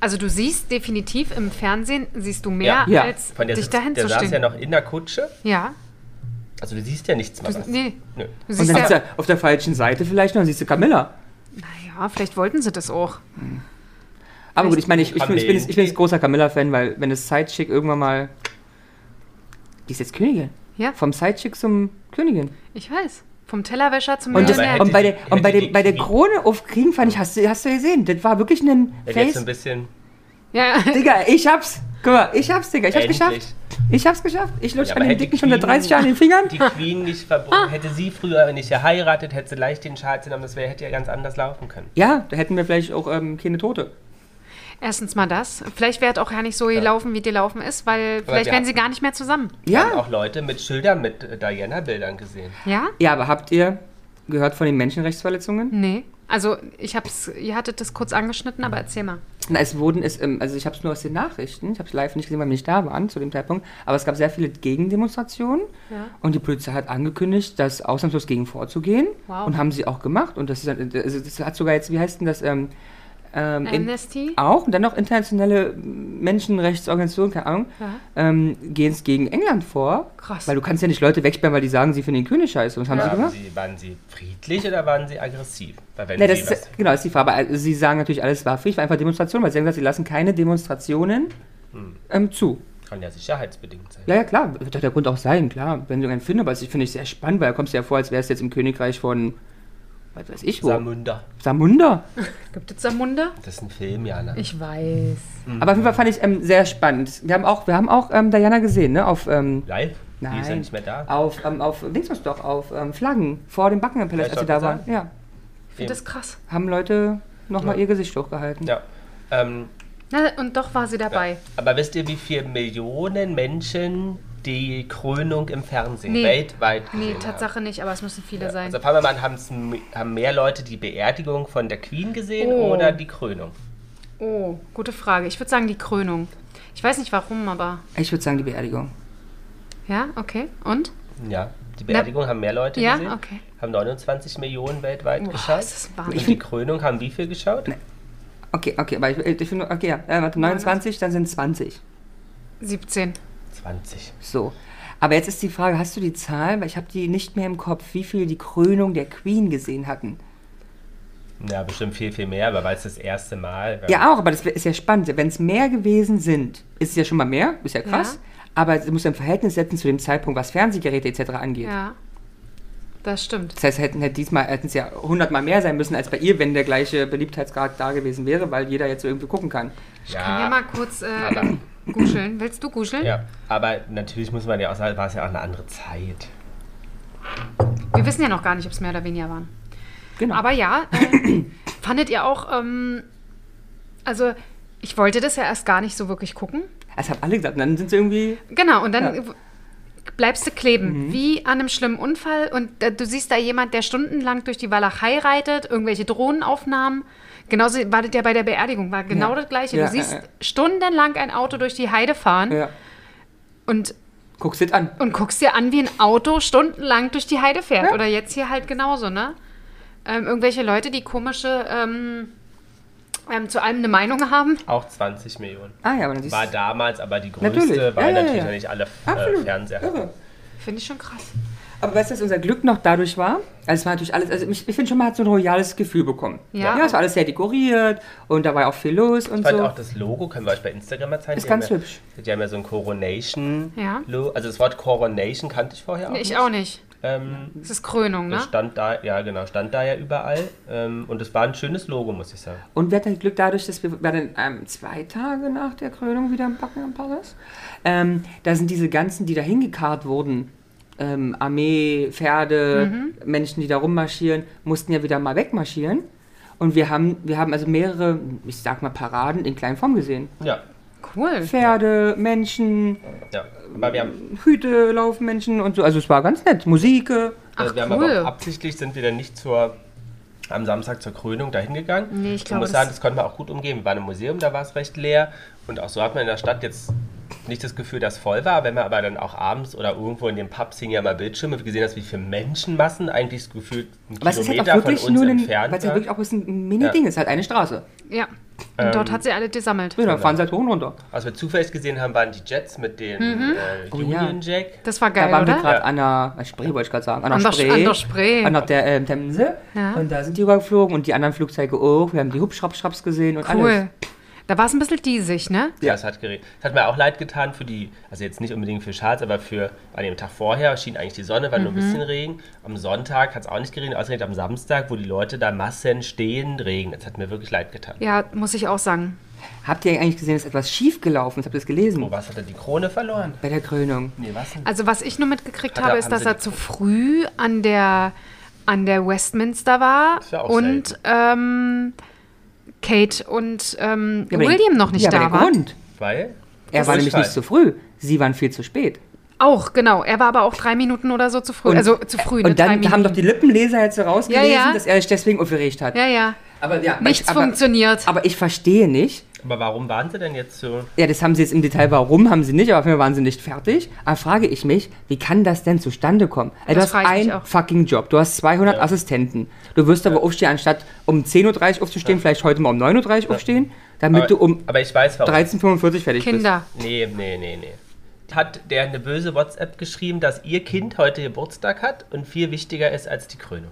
Speaker 1: Also du siehst definitiv im Fernsehen, siehst du mehr,
Speaker 2: Ja.
Speaker 3: Ja.
Speaker 1: als
Speaker 2: Von der,
Speaker 1: dich
Speaker 2: sitzt,
Speaker 1: dahin
Speaker 2: der
Speaker 1: zu
Speaker 2: saß ja
Speaker 1: stehen.
Speaker 2: noch in der Kutsche.
Speaker 1: Ja.
Speaker 2: Also du siehst ja nichts mehr.
Speaker 1: Du, nee. Du
Speaker 2: Nö.
Speaker 3: Und
Speaker 1: siehst
Speaker 3: dann sitzt
Speaker 1: ja,
Speaker 3: er auf der falschen Seite vielleicht noch, dann siehst du Camilla.
Speaker 1: naja, vielleicht wollten sie das auch.
Speaker 3: Aber gut, ich meine, ich, ich, bin- ich, bin, ich bin
Speaker 2: Kamelen.
Speaker 3: jetzt großer Camilla-Fan, weil wenn es Sidechick irgendwann mal... Die ist jetzt Königin.
Speaker 1: Ja,
Speaker 3: Vom Sidechick zum Königin.
Speaker 1: ich weiß. Vom Tellerwäscher zum
Speaker 3: Und, das,
Speaker 1: Millionär.
Speaker 2: dabei hätte
Speaker 3: und, Um bei,
Speaker 2: die-
Speaker 3: der, und bei,
Speaker 2: hätte
Speaker 3: der,
Speaker 2: die
Speaker 3: bei der
Speaker 2: Knie-
Speaker 3: Krone auf Kriegen fand ich, hast du, hast du gesehen, das war wirklich ein
Speaker 2: Ja, Jetzt so
Speaker 3: Face.
Speaker 2: ein bisschen.
Speaker 1: Ja, <laughs>
Speaker 3: Digga, ich hab's. Guck mal, ich hab's, Digga, ich hab's geschafft. Ich hab's geschafft. Ich lutsch
Speaker 2: Ja,
Speaker 3: an
Speaker 2: aber
Speaker 3: den
Speaker 2: hätte
Speaker 3: dicken
Speaker 2: die
Speaker 3: schon seit
Speaker 2: Queen-
Speaker 3: 30 Jahren in den Fingern. Ah.
Speaker 2: Die Queen nicht verbunden. Hätte sie früher nicht geheiratet, hätte sie leicht den Charles genommen. Das wär, hätte ja ganz anders laufen können.
Speaker 3: Ja, da hätten wir vielleicht auch ähm, keine Tote.
Speaker 1: Erstens mal das. Vielleicht wäre es auch gar nicht so gelaufen, wie die laufen ist, weil vielleicht
Speaker 2: wir
Speaker 1: wären
Speaker 2: haben-
Speaker 1: sie gar nicht mehr zusammen.
Speaker 2: Wir haben
Speaker 3: Ja.
Speaker 2: auch Leute mit Schildern mit äh, Diana-Bildern gesehen.
Speaker 1: Ja?
Speaker 3: Ja, aber habt ihr gehört von den Menschenrechtsverletzungen?
Speaker 1: Nee. Also, ich hab's, ihr hattet das kurz angeschnitten, aber erzähl mal.
Speaker 3: Na, es wurden es, ähm, also ich hab's nur aus den Nachrichten, ich hab's live nicht gesehen, weil wir nicht da waren zu dem Zeitpunkt, aber es gab sehr viele Gegendemonstrationen und die Polizei hat angekündigt, das ausnahmslos gegen vorzugehen
Speaker 1: Wow.
Speaker 3: und haben sie auch gemacht und das, ist, dann- also das hat sogar jetzt, wie heißt denn das, ähm, ähm,
Speaker 1: Äh,
Speaker 3: in-
Speaker 1: Amnesty?
Speaker 3: auch und dann noch internationale Menschenrechtsorganisationen, keine Ahnung,
Speaker 1: Ja.
Speaker 3: ähm, gehen es gegen England vor.
Speaker 1: Krass.
Speaker 3: Weil du kannst ja nicht Leute wegsperren, weil die sagen, sie finden den König scheiße. Und was haben sie
Speaker 2: Waren
Speaker 3: gemacht?
Speaker 2: sie, waren sie friedlich oder waren sie aggressiv? Weil wenn
Speaker 3: Ne, das
Speaker 2: sie
Speaker 3: ist,
Speaker 2: was,
Speaker 3: genau, ist die Farbe. Also, sie sagen natürlich, alles war friedlich, war einfach Demonstration, weil sie haben gesagt, sie lassen keine Demonstrationen ähm, zu.
Speaker 2: kann ja sicherheitsbedingt sein.
Speaker 3: Ja, ja, klar, wird doch der Grund auch sein, klar, wenn du einen findest, aber das finde ich sehr spannend, weil da kommst du ja vor, als wärst du jetzt im Königreich von, was weiß ich wo,
Speaker 2: Samunda.
Speaker 3: Samunda.
Speaker 1: Gibt es Zamunda?
Speaker 2: Das ist ein Film, Jana.
Speaker 1: Ich weiß.
Speaker 2: Mhm.
Speaker 3: Aber auf jeden Fall fand ich ähm, sehr spannend. Wir haben auch, wir haben auch ähm, Diana gesehen, ne, auf, ähm,
Speaker 2: Live? Die ist ja nicht mehr da.
Speaker 3: auf, ähm, auf, links uns doch, auf ähm, Flaggen vor dem Buckingham Palace,
Speaker 2: Ja,
Speaker 3: als
Speaker 2: ich
Speaker 3: sie da
Speaker 2: hab
Speaker 3: waren.
Speaker 2: gesagt.
Speaker 3: Ja,
Speaker 1: Ich finde das krass.
Speaker 3: haben Leute nochmal ihr Gesicht hochgehalten.
Speaker 2: Ja. Ähm,
Speaker 1: Na, und doch war sie dabei.
Speaker 2: aber wisst ihr, wie viele Millionen Menschen die Krönung im Fernsehen
Speaker 1: Nee.
Speaker 2: weltweit
Speaker 1: Nee,
Speaker 2: gesehen haben?
Speaker 1: Tatsache nicht, aber es müssen viele sein.
Speaker 2: Also fangen wir mal an, haben's m- haben mehr Leute die Beerdigung von der Queen gesehen
Speaker 1: Oh.
Speaker 2: oder die Krönung?
Speaker 1: Oh, gute Frage. Ich würde sagen, die Krönung. Ich weiß nicht warum, aber.
Speaker 3: Ich würde sagen, die Beerdigung.
Speaker 1: Ja, okay. Und?
Speaker 2: Ja, die Beerdigung haben mehr Leute
Speaker 1: Ja,
Speaker 2: gesehen.
Speaker 1: okay.
Speaker 2: Haben 29 Millionen weltweit
Speaker 3: Oh.
Speaker 1: Boah,
Speaker 2: geschaut.
Speaker 1: das ist Wahnsinn.
Speaker 2: Und die Krönung haben wie viel geschaut?
Speaker 3: Okay, okay, aber ich, ich finde, okay, ja, äh, warte, 29, dann sind 20.
Speaker 1: 17.
Speaker 2: 20.
Speaker 3: So. Aber jetzt ist die Frage, hast du die Zahl? Weil ich habe die nicht mehr im Kopf, wie viel die Krönung der Queen gesehen hatten.
Speaker 2: Ja, bestimmt viel, viel mehr, aber weil es das erste Mal war.
Speaker 3: Ja, auch, aber das wär- ist ja spannend. Wenn es mehr gewesen sind, ist es ja schon mal mehr, ist ja krass.
Speaker 1: Ja.
Speaker 3: Aber du musst ja im Verhältnis setzen zu dem Zeitpunkt, was Fernsehgeräte etc. angeht.
Speaker 1: Ja. Das stimmt.
Speaker 3: Das heißt, hätten, hätten diesmal hätten es ja hundertmal mehr sein müssen als bei ihr, wenn der gleiche Beliebtheitsgrad da gewesen wäre, weil jeder jetzt irgendwie gucken kann.
Speaker 1: Ich kann ja mal kurz äh, guscheln. Willst du guscheln?
Speaker 2: ja. Aber natürlich muss man ja auch sagen, war es ja auch eine andere Zeit.
Speaker 1: Wir wissen ja noch gar nicht, ob es mehr oder weniger waren.
Speaker 3: Genau.
Speaker 1: Aber ja, äh, fandet ihr auch, ähm, also ich wollte das ja erst gar nicht so wirklich gucken.
Speaker 3: das haben alle gesagt. Und dann sind sie irgendwie.
Speaker 1: Genau, und dann
Speaker 3: Ja. Mhm.
Speaker 1: w- bleibst du kleben, wie an einem schlimmen Unfall. Und äh, du siehst da jemand, der stundenlang durch die Walachei reitet, irgendwelche Drohnenaufnahmen. Genauso war das ja bei der Beerdigung, war genau
Speaker 3: Ja.
Speaker 1: das Gleiche.
Speaker 3: Ja,
Speaker 1: du siehst
Speaker 3: ja, ja.
Speaker 1: stundenlang ein Auto durch die Heide fahren
Speaker 3: Ja,
Speaker 1: und,
Speaker 3: guckst du das an.
Speaker 1: und guckst dir an, wie ein Auto stundenlang durch die Heide fährt.
Speaker 3: Ja.
Speaker 1: Oder jetzt hier halt genauso, ne? Ähm, irgendwelche Leute, die komische, ähm, ähm, zu allem eine Meinung haben.
Speaker 2: Auch 20 Millionen.
Speaker 3: Ah ja, aber dann siehst
Speaker 2: War
Speaker 3: du.
Speaker 2: damals aber die größte,
Speaker 3: Natürlich.
Speaker 2: weil
Speaker 3: Ja, ja,
Speaker 2: natürlich
Speaker 3: ja.
Speaker 2: noch nicht alle äh,
Speaker 3: Absolut.
Speaker 2: Fernseher
Speaker 3: Irre.
Speaker 2: hatten.
Speaker 1: Finde ich schon krass.
Speaker 3: Aber weißt du, dass unser Glück noch dadurch war? Also es war natürlich alles, also ich, ich finde schon, man hat so ein royales Gefühl bekommen.
Speaker 1: Ja.
Speaker 3: ja. es war alles sehr dekoriert und da war ja auch viel los und
Speaker 2: Ich fand
Speaker 3: so.
Speaker 2: auch das Logo, können wir euch bei Instagram mal zeigen.
Speaker 3: Ist
Speaker 2: Die haben
Speaker 3: ganz
Speaker 2: ja,
Speaker 3: hübsch.
Speaker 2: Die haben ja so ein Coronation.
Speaker 1: Ja.
Speaker 2: Lo- Also das Wort Coronation kannte ich vorher auch.
Speaker 1: Nee, ich
Speaker 2: nicht.
Speaker 1: auch nicht.
Speaker 2: Ähm,
Speaker 1: Es ist Krönung,
Speaker 2: das
Speaker 1: ne?
Speaker 2: stand da, ja genau, stand da ja überall. Ähm, und es war ein schönes Logo, muss ich sagen.
Speaker 3: Und wir hatten Glück dadurch, dass wir, wir waren dann ähm, zwei Tage nach der Krönung wieder im Buckingham Palace. Ähm, da sind diese ganzen, die da hingekarrt wurden, ähm, Armee, Pferde, Menschen, die da rummarschieren, mussten ja wieder mal wegmarschieren. Und wir haben, wir haben also mehrere, ich sag mal, Paraden in kleinen Form gesehen.
Speaker 2: Ja.
Speaker 1: Cool.
Speaker 3: Pferde, Menschen,
Speaker 2: ja. Aber wir haben, äh,
Speaker 3: Hüte laufen Menschen und so. Also es war ganz nett. Musik. äh,
Speaker 1: Ach,
Speaker 2: äh, wir haben
Speaker 1: cool.
Speaker 2: aber auch absichtlich sind wir dann nicht zur am Samstag zur Krönung dahin gegangen.
Speaker 1: Nee, ich glaube,
Speaker 2: muss
Speaker 1: das-
Speaker 2: sagen, das konnte man auch gut umgehen. Wir waren im Museum, da war es recht leer. Und auch so hat man in der Stadt jetzt nicht das Gefühl, dass voll war. Wenn man aber dann auch abends oder irgendwo in den Pubs hingen ja mal Bildschirme, wir gesehen hast, wie viele Menschenmassen eigentlich gefühlt einen
Speaker 3: Was ist halt
Speaker 2: Kilometer
Speaker 3: auch
Speaker 2: von
Speaker 3: wirklich
Speaker 2: uns
Speaker 3: nur ein, weil
Speaker 2: entfernt
Speaker 3: es ja
Speaker 2: war.
Speaker 3: wirklich auch bloß ein Mini-Ding ist, halt eine Straße.
Speaker 1: Ja. Und dort hat sie alle gesammelt.
Speaker 3: Ähm,
Speaker 2: Genau.
Speaker 3: Ja, da fahren sie halt hoch und runter.
Speaker 2: Was wir zufällig gesehen haben, waren die Jets mit dem äh,
Speaker 3: ja.
Speaker 2: Union Jack.
Speaker 1: Das war
Speaker 3: Da
Speaker 1: geil,
Speaker 3: waren wir
Speaker 1: oder?
Speaker 3: gerade an der äh, Spree, wollte ich gerade sagen. An der,
Speaker 1: An der-
Speaker 3: Spree.
Speaker 1: an der Spree.
Speaker 3: An der, der ähm, Themse.
Speaker 1: Ja.
Speaker 3: Und da sind die rübergeflogen und die anderen Flugzeuge auch. Wir haben die Hubschraubschraubs gesehen und alles.
Speaker 1: Cool. Da war es ein bisschen diesig, ne?
Speaker 2: Ja, es hat geregnet. Es hat mir auch leid getan für die, also jetzt nicht unbedingt für Charles, aber für an dem Tag vorher schien eigentlich die Sonne, war nur ein bisschen Regen. Am Sonntag hat es auch nicht geregnet, ausgerechnet am Samstag, wo die Leute da Massen stehen, regnet. Es hat mir wirklich leid getan.
Speaker 1: Ja, muss ich auch sagen.
Speaker 3: Habt ihr eigentlich gesehen, dass etwas schief gelaufen ist? Habt ihr das gelesen?
Speaker 2: Oh, was hat er die Krone verloren?
Speaker 3: Bei der Krönung.
Speaker 2: Nee, was denn?
Speaker 1: Also was ich nur mitgekriegt
Speaker 2: Hat er-
Speaker 1: habe, ist,
Speaker 2: haben
Speaker 1: dass
Speaker 2: Sie
Speaker 1: er
Speaker 2: die-
Speaker 1: zu früh an der, an der Westminster war
Speaker 2: Ist ja auch
Speaker 1: und ähm, Kate und ähm,
Speaker 3: Ja, aber den-
Speaker 1: William noch nicht
Speaker 3: ja, aber
Speaker 1: da
Speaker 3: der
Speaker 1: waren.
Speaker 3: Grund.
Speaker 2: Weil?
Speaker 3: Er war nämlich nicht zu früh. Sie waren viel zu spät.
Speaker 1: Auch, genau. Er war aber auch drei Minuten oder so zu früh.
Speaker 3: Und-
Speaker 1: also zu früh, ne?
Speaker 3: Und
Speaker 1: drei
Speaker 3: dann
Speaker 1: Minuten.
Speaker 3: haben doch die Lippenleser jetzt herausgelesen,
Speaker 1: Ja, ja.
Speaker 3: dass er sich deswegen aufgeregt hat.
Speaker 1: ja, ja.
Speaker 3: Aber ja,
Speaker 1: Nichts
Speaker 3: aber,
Speaker 1: funktioniert.
Speaker 3: Aber ich verstehe nicht,
Speaker 2: Aber warum waren sie denn jetzt so?
Speaker 3: Ja, das haben sie jetzt im Detail, warum haben sie nicht, aber auf jeden Fall waren sie nicht fertig. Aber frage ich mich, wie kann das denn zustande kommen? Ey, du
Speaker 1: Das
Speaker 3: hast
Speaker 1: frage ich mich
Speaker 3: einen
Speaker 1: auch.
Speaker 3: fucking Job, du hast 200
Speaker 2: Ja.
Speaker 3: Assistenten. Du wirst aber aufstehen, anstatt um 10.30 Uhr aufzustehen, vielleicht heute mal um 9.30 Uhr aufstehen, damit
Speaker 2: Aber,
Speaker 3: du um
Speaker 2: aber ich weiß warum.
Speaker 3: 13.45 Uhr fertig
Speaker 1: Kinder.
Speaker 2: Nee, nee, nee, nee. Hat der eine böse WhatsApp geschrieben, dass ihr Kind heute Geburtstag hat und viel wichtiger ist als die Krönung.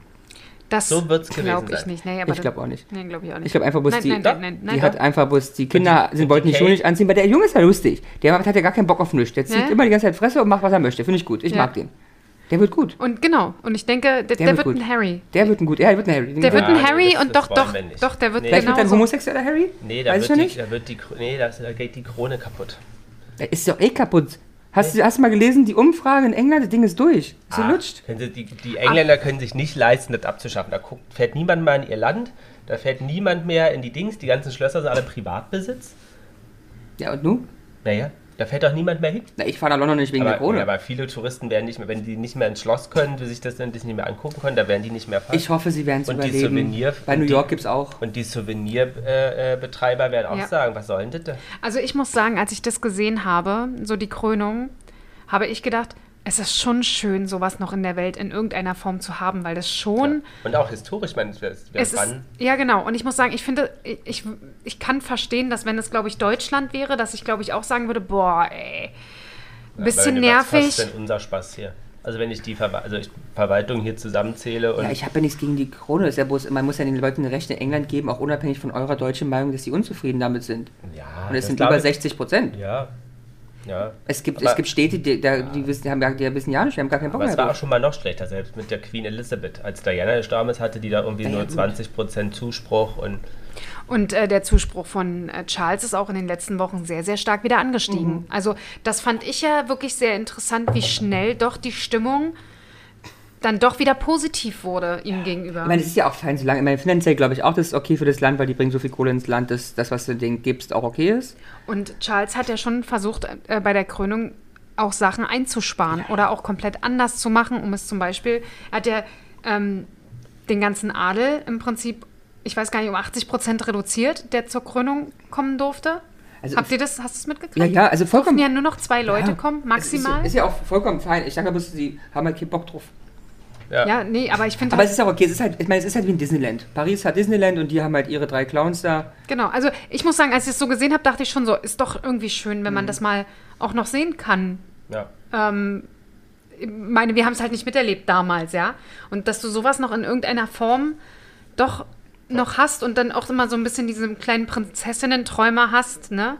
Speaker 1: Das
Speaker 2: So wird's gewesen
Speaker 1: glaube ich
Speaker 2: sein.
Speaker 1: nicht. Nee, aber
Speaker 3: bist. Ich
Speaker 1: das-
Speaker 3: glaube auch nicht.
Speaker 1: Nein, glaube ich auch nicht.
Speaker 3: Ich glaube einfach, bloß
Speaker 1: nein,
Speaker 3: die,
Speaker 1: nein, nein, nein, nein,
Speaker 3: die hat einfach bloß die Kinder,
Speaker 2: Und die-
Speaker 3: sie wollten die
Speaker 2: und die
Speaker 3: Schuhe
Speaker 2: Kate?
Speaker 3: nicht anziehen, weil der Junge ist ja lustig. Der hat ja gar keinen Bock auf nichts. Der zieht
Speaker 1: Ja.
Speaker 3: immer die ganze Zeit Fresse und macht, was er möchte. Finde ich gut. Ich
Speaker 1: Ja.
Speaker 3: mag den. Der wird gut.
Speaker 1: Und genau. Und ich denke, der, der,
Speaker 3: wird
Speaker 1: wird
Speaker 3: gut.
Speaker 1: ein Harry.
Speaker 3: Der wird ein gut. Ja, der wird ein Harry.
Speaker 1: Der wird
Speaker 2: Ja,
Speaker 1: ein Harry
Speaker 2: das-
Speaker 1: und
Speaker 2: das
Speaker 1: doch,
Speaker 2: wollen
Speaker 1: doch,
Speaker 2: wir nicht.
Speaker 1: doch, der wird
Speaker 2: Nee.
Speaker 3: Vielleicht wird er ein
Speaker 1: genau.
Speaker 3: homosexueller Harry?
Speaker 2: Nee, da,
Speaker 3: Weiß ich
Speaker 2: wird
Speaker 3: ja
Speaker 2: die,
Speaker 3: nicht.
Speaker 2: da wird die Kr- nee, da, da geht die Krone kaputt.
Speaker 3: Der ist doch eh kaputt. Hast, du, hast du mal gelesen, die Umfrage in England, das Ding ist durch. Ist
Speaker 2: Ah,
Speaker 3: gelutscht.
Speaker 2: können Sie, die, die Engländer können sich nicht leisten, das abzuschaffen. Da guckt, fährt niemand mehr in ihr Land, da fährt niemand mehr in die Dings, die ganzen Schlösser sind alle Privatbesitz.
Speaker 3: Ja, und nun?
Speaker 2: Naja, da fährt doch niemand mehr hin.
Speaker 3: Na, ich fahre nach London nicht wegen der
Speaker 2: Aber,
Speaker 3: Krone.
Speaker 2: aber viele Touristen werden nicht mehr, wenn die nicht mehr ins Schloss können, sich das dann das nicht mehr angucken können, da werden die nicht mehr fahren.
Speaker 3: ich hoffe, sie werden es
Speaker 2: Und die
Speaker 3: überleben.
Speaker 2: Souvenir-
Speaker 3: Bei
Speaker 2: und
Speaker 3: New
Speaker 2: die-
Speaker 3: York gibt es auch.
Speaker 2: Und die Souvenirbetreiber äh, Betreiber werden auch
Speaker 1: Ja.
Speaker 2: sagen, was soll denn das?
Speaker 1: Also ich muss sagen, als ich das gesehen habe, so die Krönung, habe ich gedacht, es ist schon schön, sowas noch in der Welt in irgendeiner Form zu haben, weil das schon.
Speaker 2: Und auch historisch, ich meine, wir, wir
Speaker 1: Es ist,
Speaker 2: waren,
Speaker 1: ja, genau. Und ich muss sagen, ich finde, ich- ich, ich kann verstehen, dass wenn es, glaube ich, Deutschland wäre, dass ich, glaube ich, auch sagen würde, boah, ey, bisschen
Speaker 2: weil wir- Was ist
Speaker 1: nervig.
Speaker 2: denn unser Spaß hier? Also wenn ich die Verwa also ich Verwaltung hier zusammenzähle und
Speaker 3: Ja, ich habe ja nichts gegen die Krone. Ist ja bloß, man muss ja den Leuten Recht in England geben, auch unabhängig von eurer deutschen Meinung, dass sie unzufrieden damit sind.
Speaker 2: Ja,
Speaker 3: Und es sind
Speaker 2: glaube
Speaker 3: über
Speaker 2: ich-
Speaker 3: 60 Prozent.
Speaker 2: Ja. Ja.
Speaker 3: Es gibt,
Speaker 2: Aber-
Speaker 3: es gibt Städte, die, da, die, wissen, die, haben, gar- die wissen ja nicht, die haben gar keinen Bock
Speaker 2: Aber
Speaker 3: mehr
Speaker 2: es war auch
Speaker 3: drauf.
Speaker 2: schon mal noch schlechter, selbst mit der Queen Elizabeth. Als Diana gestorben ist, hatte die da irgendwie
Speaker 3: Ja,
Speaker 2: nur
Speaker 3: gut.
Speaker 2: 20% Zuspruch und
Speaker 1: Und äh, der Zuspruch von äh, Charles ist auch in den letzten Wochen sehr, sehr stark wieder
Speaker 3: Mhm.
Speaker 1: angestiegen. Also das fand ich ja wirklich sehr interessant, wie schnell doch die Stimmung dann doch wieder positiv wurde ihm gegenüber.
Speaker 3: Ich meine, es ist ja auch fein, solange. Ich meine, finanziell glaube ich auch, das ist okay für das Land, weil die bringen so viel Kohle ins Land, dass das, was du denen gibst, auch okay ist.
Speaker 1: Und Charles hat ja schon versucht, äh, bei der Krönung auch Sachen einzusparen oder auch komplett anders zu machen, um es zum Beispiel, er hat ja ähm, den ganzen Adel im Prinzip, ich weiß gar nicht, um 80 Prozent reduziert, der zur Krönung kommen durfte.
Speaker 3: Also-
Speaker 1: Habt ihr das, hast du es mitgekriegt?
Speaker 3: Ja, ja, also
Speaker 1: Durften
Speaker 3: vollkommen.
Speaker 1: ja nur noch zwei Leute
Speaker 3: Ja.
Speaker 1: kommen,
Speaker 3: Es ist,
Speaker 1: maximal.
Speaker 3: ist ja auch vollkommen fein. Ich sage bloß, sie haben halt keinen Bock drauf.
Speaker 2: ja.
Speaker 1: ja, nee, aber ich finde
Speaker 3: Aber es ist auch okay. Es ist halt, ich meine, es ist halt wie in Disneyland. Paris hat Disneyland und die haben halt ihre drei Clowns da.
Speaker 1: Genau, also ich muss sagen, als ich es so gesehen habe, dachte ich schon so, ist doch irgendwie schön,
Speaker 3: Mhm.
Speaker 1: wenn man das mal auch noch sehen kann.
Speaker 2: ja.
Speaker 1: Ich meine, wir haben es halt nicht miterlebt damals, ja. Und dass du sowas noch in irgendeiner Form doch noch hast und dann auch immer so ein bisschen diese kleinen Prinzessinnen-Träume hast, ne?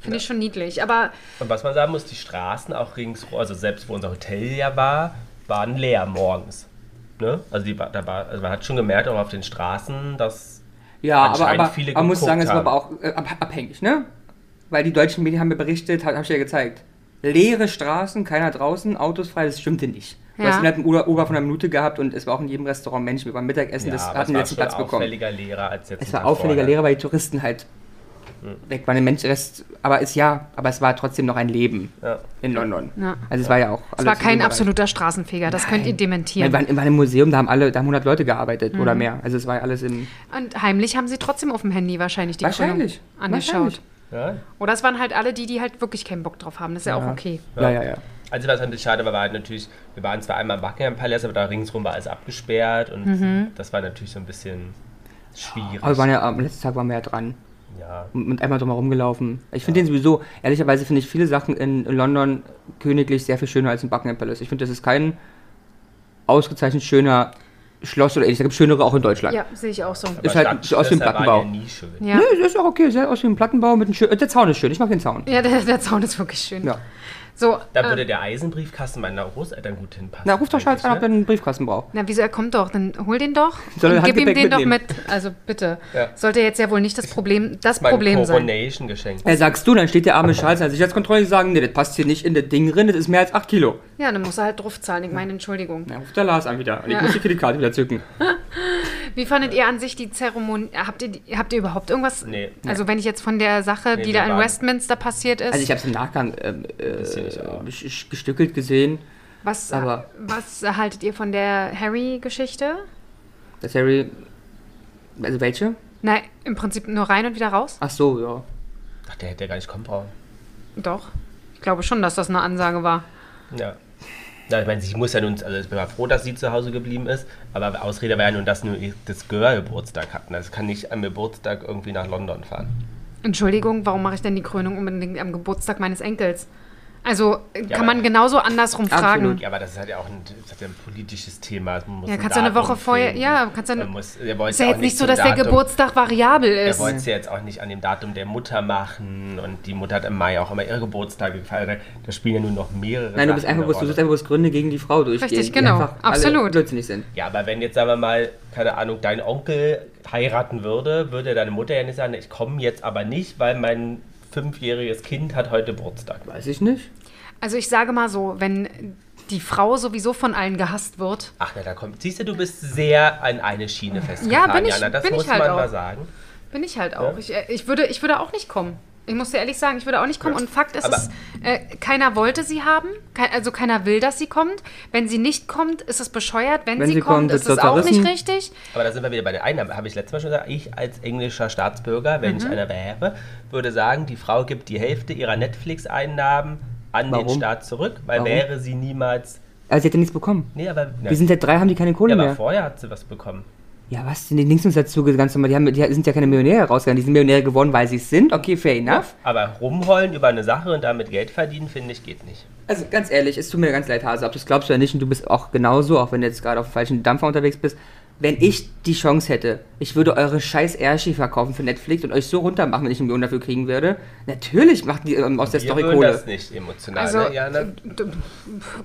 Speaker 1: Finde ich schon niedlich. Aber
Speaker 2: Und was man sagen muss, die Straßen auch ringsrum, also selbst wo unser Hotel ja war, waren leer morgens. Ne? Also, die, war- da war, also man hat schon gemerkt, auch auf den Straßen, dass.
Speaker 3: Ja, aber,
Speaker 2: Anscheinend
Speaker 3: aber
Speaker 2: viele
Speaker 3: man muss
Speaker 2: geguckt
Speaker 3: sagen, es war
Speaker 2: haben.
Speaker 3: aber auch äh, ab- abhängig, ne? Weil die deutschen Medien haben mir berichtet, habe hab ich ja gezeigt. Leere Straßen, keiner draußen, Autos frei, das stimmte nicht. Du
Speaker 1: Ja.
Speaker 3: hast innerhalb einen Ur- Urlaub von einer Minute gehabt und es war auch in jedem Restaurant Mensch. Wir waren Mittagessen, das
Speaker 2: aber
Speaker 3: hat
Speaker 2: es
Speaker 3: den
Speaker 2: war
Speaker 3: letzten
Speaker 2: schon
Speaker 3: Platz bekommen.
Speaker 2: auffälliger leerer als jetzt.
Speaker 3: Es
Speaker 2: ein
Speaker 3: war
Speaker 2: Tag
Speaker 3: auffälliger
Speaker 2: vorher.
Speaker 3: Lehrer, weil die Touristen halt
Speaker 2: Hm.
Speaker 3: weg waren. Der Mensch Rest, aber ist ja, aber es war trotzdem noch ein Leben
Speaker 2: Ja.
Speaker 3: in London.
Speaker 1: Ja.
Speaker 3: Also es war ja auch.
Speaker 1: es war kein absoluter Straßenfeger, das könnt ihr dementieren.
Speaker 3: Wir waren, wir waren im Museum, da haben alle, da haben 100 Leute gearbeitet
Speaker 1: Mhm.
Speaker 3: oder mehr. Also es war ja alles im.
Speaker 1: Und heimlich haben sie trotzdem auf dem Handy wahrscheinlich die
Speaker 3: Wahrscheinlich.
Speaker 1: Krönung angeschaut.
Speaker 3: Wahrscheinlich.
Speaker 2: Ja?
Speaker 1: Oder es waren halt alle die, die halt wirklich keinen Bock drauf haben. Das ist ja, auch okay.
Speaker 3: Ja, ja, ja.
Speaker 2: Also was ein bisschen schade war, war halt natürlich, wir waren zwar einmal im Buckingham Palace, aber da ringsrum war alles abgesperrt und
Speaker 1: Mhm.
Speaker 2: das war natürlich so ein bisschen schwierig.
Speaker 3: Aber wir waren ja, am letzten Tag waren wir ja dran.
Speaker 2: ja.
Speaker 3: und und einmal drumherum gelaufen. Ich finde den sowieso, ehrlicherweise finde ich viele Sachen in London königlich sehr viel schöner als in Buckingham Palace. Ich finde, das ist kein ausgezeichnet schöner Schloss oder ähnliches. Da gibt es schönere auch in Deutschland.
Speaker 1: Ja, sehe ich auch so.
Speaker 2: Aber
Speaker 3: Ist halt
Speaker 2: Stadtschlösser
Speaker 3: aus dem Plattenbau.
Speaker 2: waren ja nie schön.
Speaker 1: Ja.
Speaker 3: Nee, das ist auch okay, sehr aus wie ein Plattenbau mit einem schönen. Der Zaun ist schön, ich mag den Zaun.
Speaker 1: Ja, der, der Zaun ist wirklich schön.
Speaker 3: Ja.
Speaker 1: So,
Speaker 2: Da
Speaker 1: ähm,
Speaker 2: würde der Eisenbriefkasten meiner Großeltern gut hinpassen.
Speaker 3: Na, ruf doch
Speaker 2: eigentlich,
Speaker 3: Charles an, ob
Speaker 2: ne?
Speaker 3: der einen Briefkasten braucht.
Speaker 1: na wieso, er kommt doch, dann hol den doch
Speaker 3: Soll er
Speaker 1: und gib ihm den
Speaker 3: Handgepäck
Speaker 1: doch
Speaker 3: mitnehmen?
Speaker 1: mit. Also bitte.
Speaker 2: Ja.
Speaker 1: Sollte jetzt ja wohl nicht das Problem, das
Speaker 2: Mein
Speaker 1: Problem sein.
Speaker 2: Coronation Geschenk.
Speaker 3: Er sagst du, dann steht der arme Charles an der Sicherheitskontrolle und sagen, nee, das passt hier nicht in das Ding drin, das ist mehr als 8 Kilo.
Speaker 1: Ja, dann muss er halt drauf zahlen. Ich meine, Entschuldigung.
Speaker 3: Dann ruft der Lars an wieder und
Speaker 1: Ja.
Speaker 3: ich muss die Kreditkarte wieder zücken.
Speaker 1: Wie fandet ihr an sich die Zeremonie? Habt ihr, die- habt ihr überhaupt irgendwas?
Speaker 2: Nee.
Speaker 1: Also wenn ich jetzt von der Sache,
Speaker 2: Nee,
Speaker 1: die
Speaker 2: wir
Speaker 1: da in
Speaker 2: waren-
Speaker 1: Westminster passiert ist,
Speaker 3: Also ich habe es im Nachgang ähm,
Speaker 2: Bisschen nicht
Speaker 3: äh,
Speaker 2: auch.
Speaker 3: gestückelt gesehen.
Speaker 1: was,
Speaker 3: aber-
Speaker 1: was haltet ihr von der Harry-Geschichte?
Speaker 3: Dass Harry. Also welche?
Speaker 1: Na, im Prinzip nur rein und wieder raus?
Speaker 3: Ach so, ja.
Speaker 2: Ach, der hätte ja gar nicht kommen brauchen.
Speaker 1: Doch. Ich glaube schon, dass das eine Ansage war.
Speaker 2: Ja. Na, ich meine, sie muss ja nun, also ich bin mal froh, dass sie zu Hause geblieben ist, aber Ausrede war ja nun, dass nur ihr- das Girl Geburtstag hatten. Also es kann nicht am Geburtstag irgendwie nach London fahren.
Speaker 1: Entschuldigung, warum mache ich denn die Krönung unbedingt am Geburtstag meines Enkels? Also äh,
Speaker 2: Ja,
Speaker 1: kann
Speaker 2: aber-
Speaker 1: man genauso andersrum
Speaker 3: Absolut.
Speaker 1: fragen.
Speaker 2: Ja, aber das ist halt ja auch ein, das hat ja ein politisches Thema. Man muss
Speaker 1: Ja, kannst du eine
Speaker 2: Datum
Speaker 1: Woche vorher-
Speaker 2: finden.
Speaker 1: ja, kannst du-
Speaker 2: Man muss, er wollte
Speaker 1: Ist ja
Speaker 2: auch
Speaker 1: jetzt nicht so,
Speaker 2: zum
Speaker 1: dass der
Speaker 2: Datum-
Speaker 1: Geburtstag variabel
Speaker 2: Er
Speaker 1: ist.
Speaker 2: wollte es ja jetzt auch nicht an dem Datum der Mutter machen und die Mutter hat im Mai auch immer ihre Geburtstage gefeiert. Da spielen ja nun noch mehrere.
Speaker 3: Nein, du bist
Speaker 2: Sachen
Speaker 3: einfach bloß, du
Speaker 2: eine Rolle.
Speaker 3: suchst einfach bloß Gründe gegen die Frau durchgehen.
Speaker 1: Richtig,
Speaker 3: die
Speaker 1: genau.
Speaker 3: einfach Alle
Speaker 1: Absolut.
Speaker 3: blödsinnig sind.
Speaker 2: Ja, aber wenn jetzt, sagen wir mal, keine Ahnung, dein Onkel heiraten würde, würde deine Mutter ja nicht sagen, ich komme jetzt aber nicht, weil mein fünfjähriges Kind hat heute Geburtstag.
Speaker 3: Weiß ich nicht.
Speaker 1: Also ich sage mal so, wenn die Frau sowieso von allen gehasst wird,
Speaker 2: Ach, na, da kommt. Siehst du, du bist sehr an eine Schiene festgefahren,
Speaker 1: Ja, bin ich-
Speaker 2: Jana. Das
Speaker 1: bin ich
Speaker 2: muss
Speaker 1: halt
Speaker 2: man
Speaker 1: auch.
Speaker 2: mal sagen.
Speaker 1: bin ich halt auch. Ich, äh, ich, würde, ich würde auch nicht kommen. Ich muss dir ehrlich sagen, ich würde auch nicht kommen. Und Fakt ist,
Speaker 2: Aber-
Speaker 1: es, äh, keiner wollte sie haben, kei- also keiner will, dass sie kommt. Wenn sie nicht kommt, ist es bescheuert. Wenn, sie, kommt, ist
Speaker 3: wird's
Speaker 1: es auch
Speaker 3: zerrissen.
Speaker 1: nicht richtig.
Speaker 2: Aber da sind wir wieder bei den Einnahmen. Habe ich letztes Mal schon gesagt, ich als englischer Staatsbürger, wenn
Speaker 1: Mhm.
Speaker 2: ich einer wäre, würde sagen, die Frau gibt die Hälfte ihrer Netflix-Einnahmen an
Speaker 3: Warum?
Speaker 2: den Staat zurück, weil
Speaker 3: Warum?
Speaker 2: wäre sie niemals.
Speaker 3: Also sie hat ja nichts bekommen.
Speaker 2: Nee, aber. Ne.
Speaker 3: Wir sind seit drei, haben die keine Kohle
Speaker 2: ja, aber
Speaker 3: mehr.
Speaker 2: vorher hat sie was bekommen.
Speaker 3: Ja, was? Die Links uns dazu ganz normal. Die, haben, die sind ja keine Millionäre rausgegangen. Die sind Millionäre geworden, weil sie es sind. Okay, fair enough.
Speaker 2: Aber rumheulen über eine Sache und damit Geld verdienen, finde ich, geht nicht.
Speaker 3: Also ganz ehrlich, es tut mir ganz leid, Hase, ob du es glaubst oder nicht. Und du bist auch genauso, auch wenn du jetzt gerade auf dem falschen Dampfer unterwegs bist. Wenn ich die Chance hätte, ich würde eure scheiß Airshi verkaufen für Netflix und euch so runtermachen, wenn ich eine Million dafür kriegen würde. Natürlich macht die ähm, aus der Story
Speaker 2: Wir würden
Speaker 3: Kohle.
Speaker 2: das nicht emotional,
Speaker 1: Also,
Speaker 2: ne, Jana?
Speaker 1: d- d-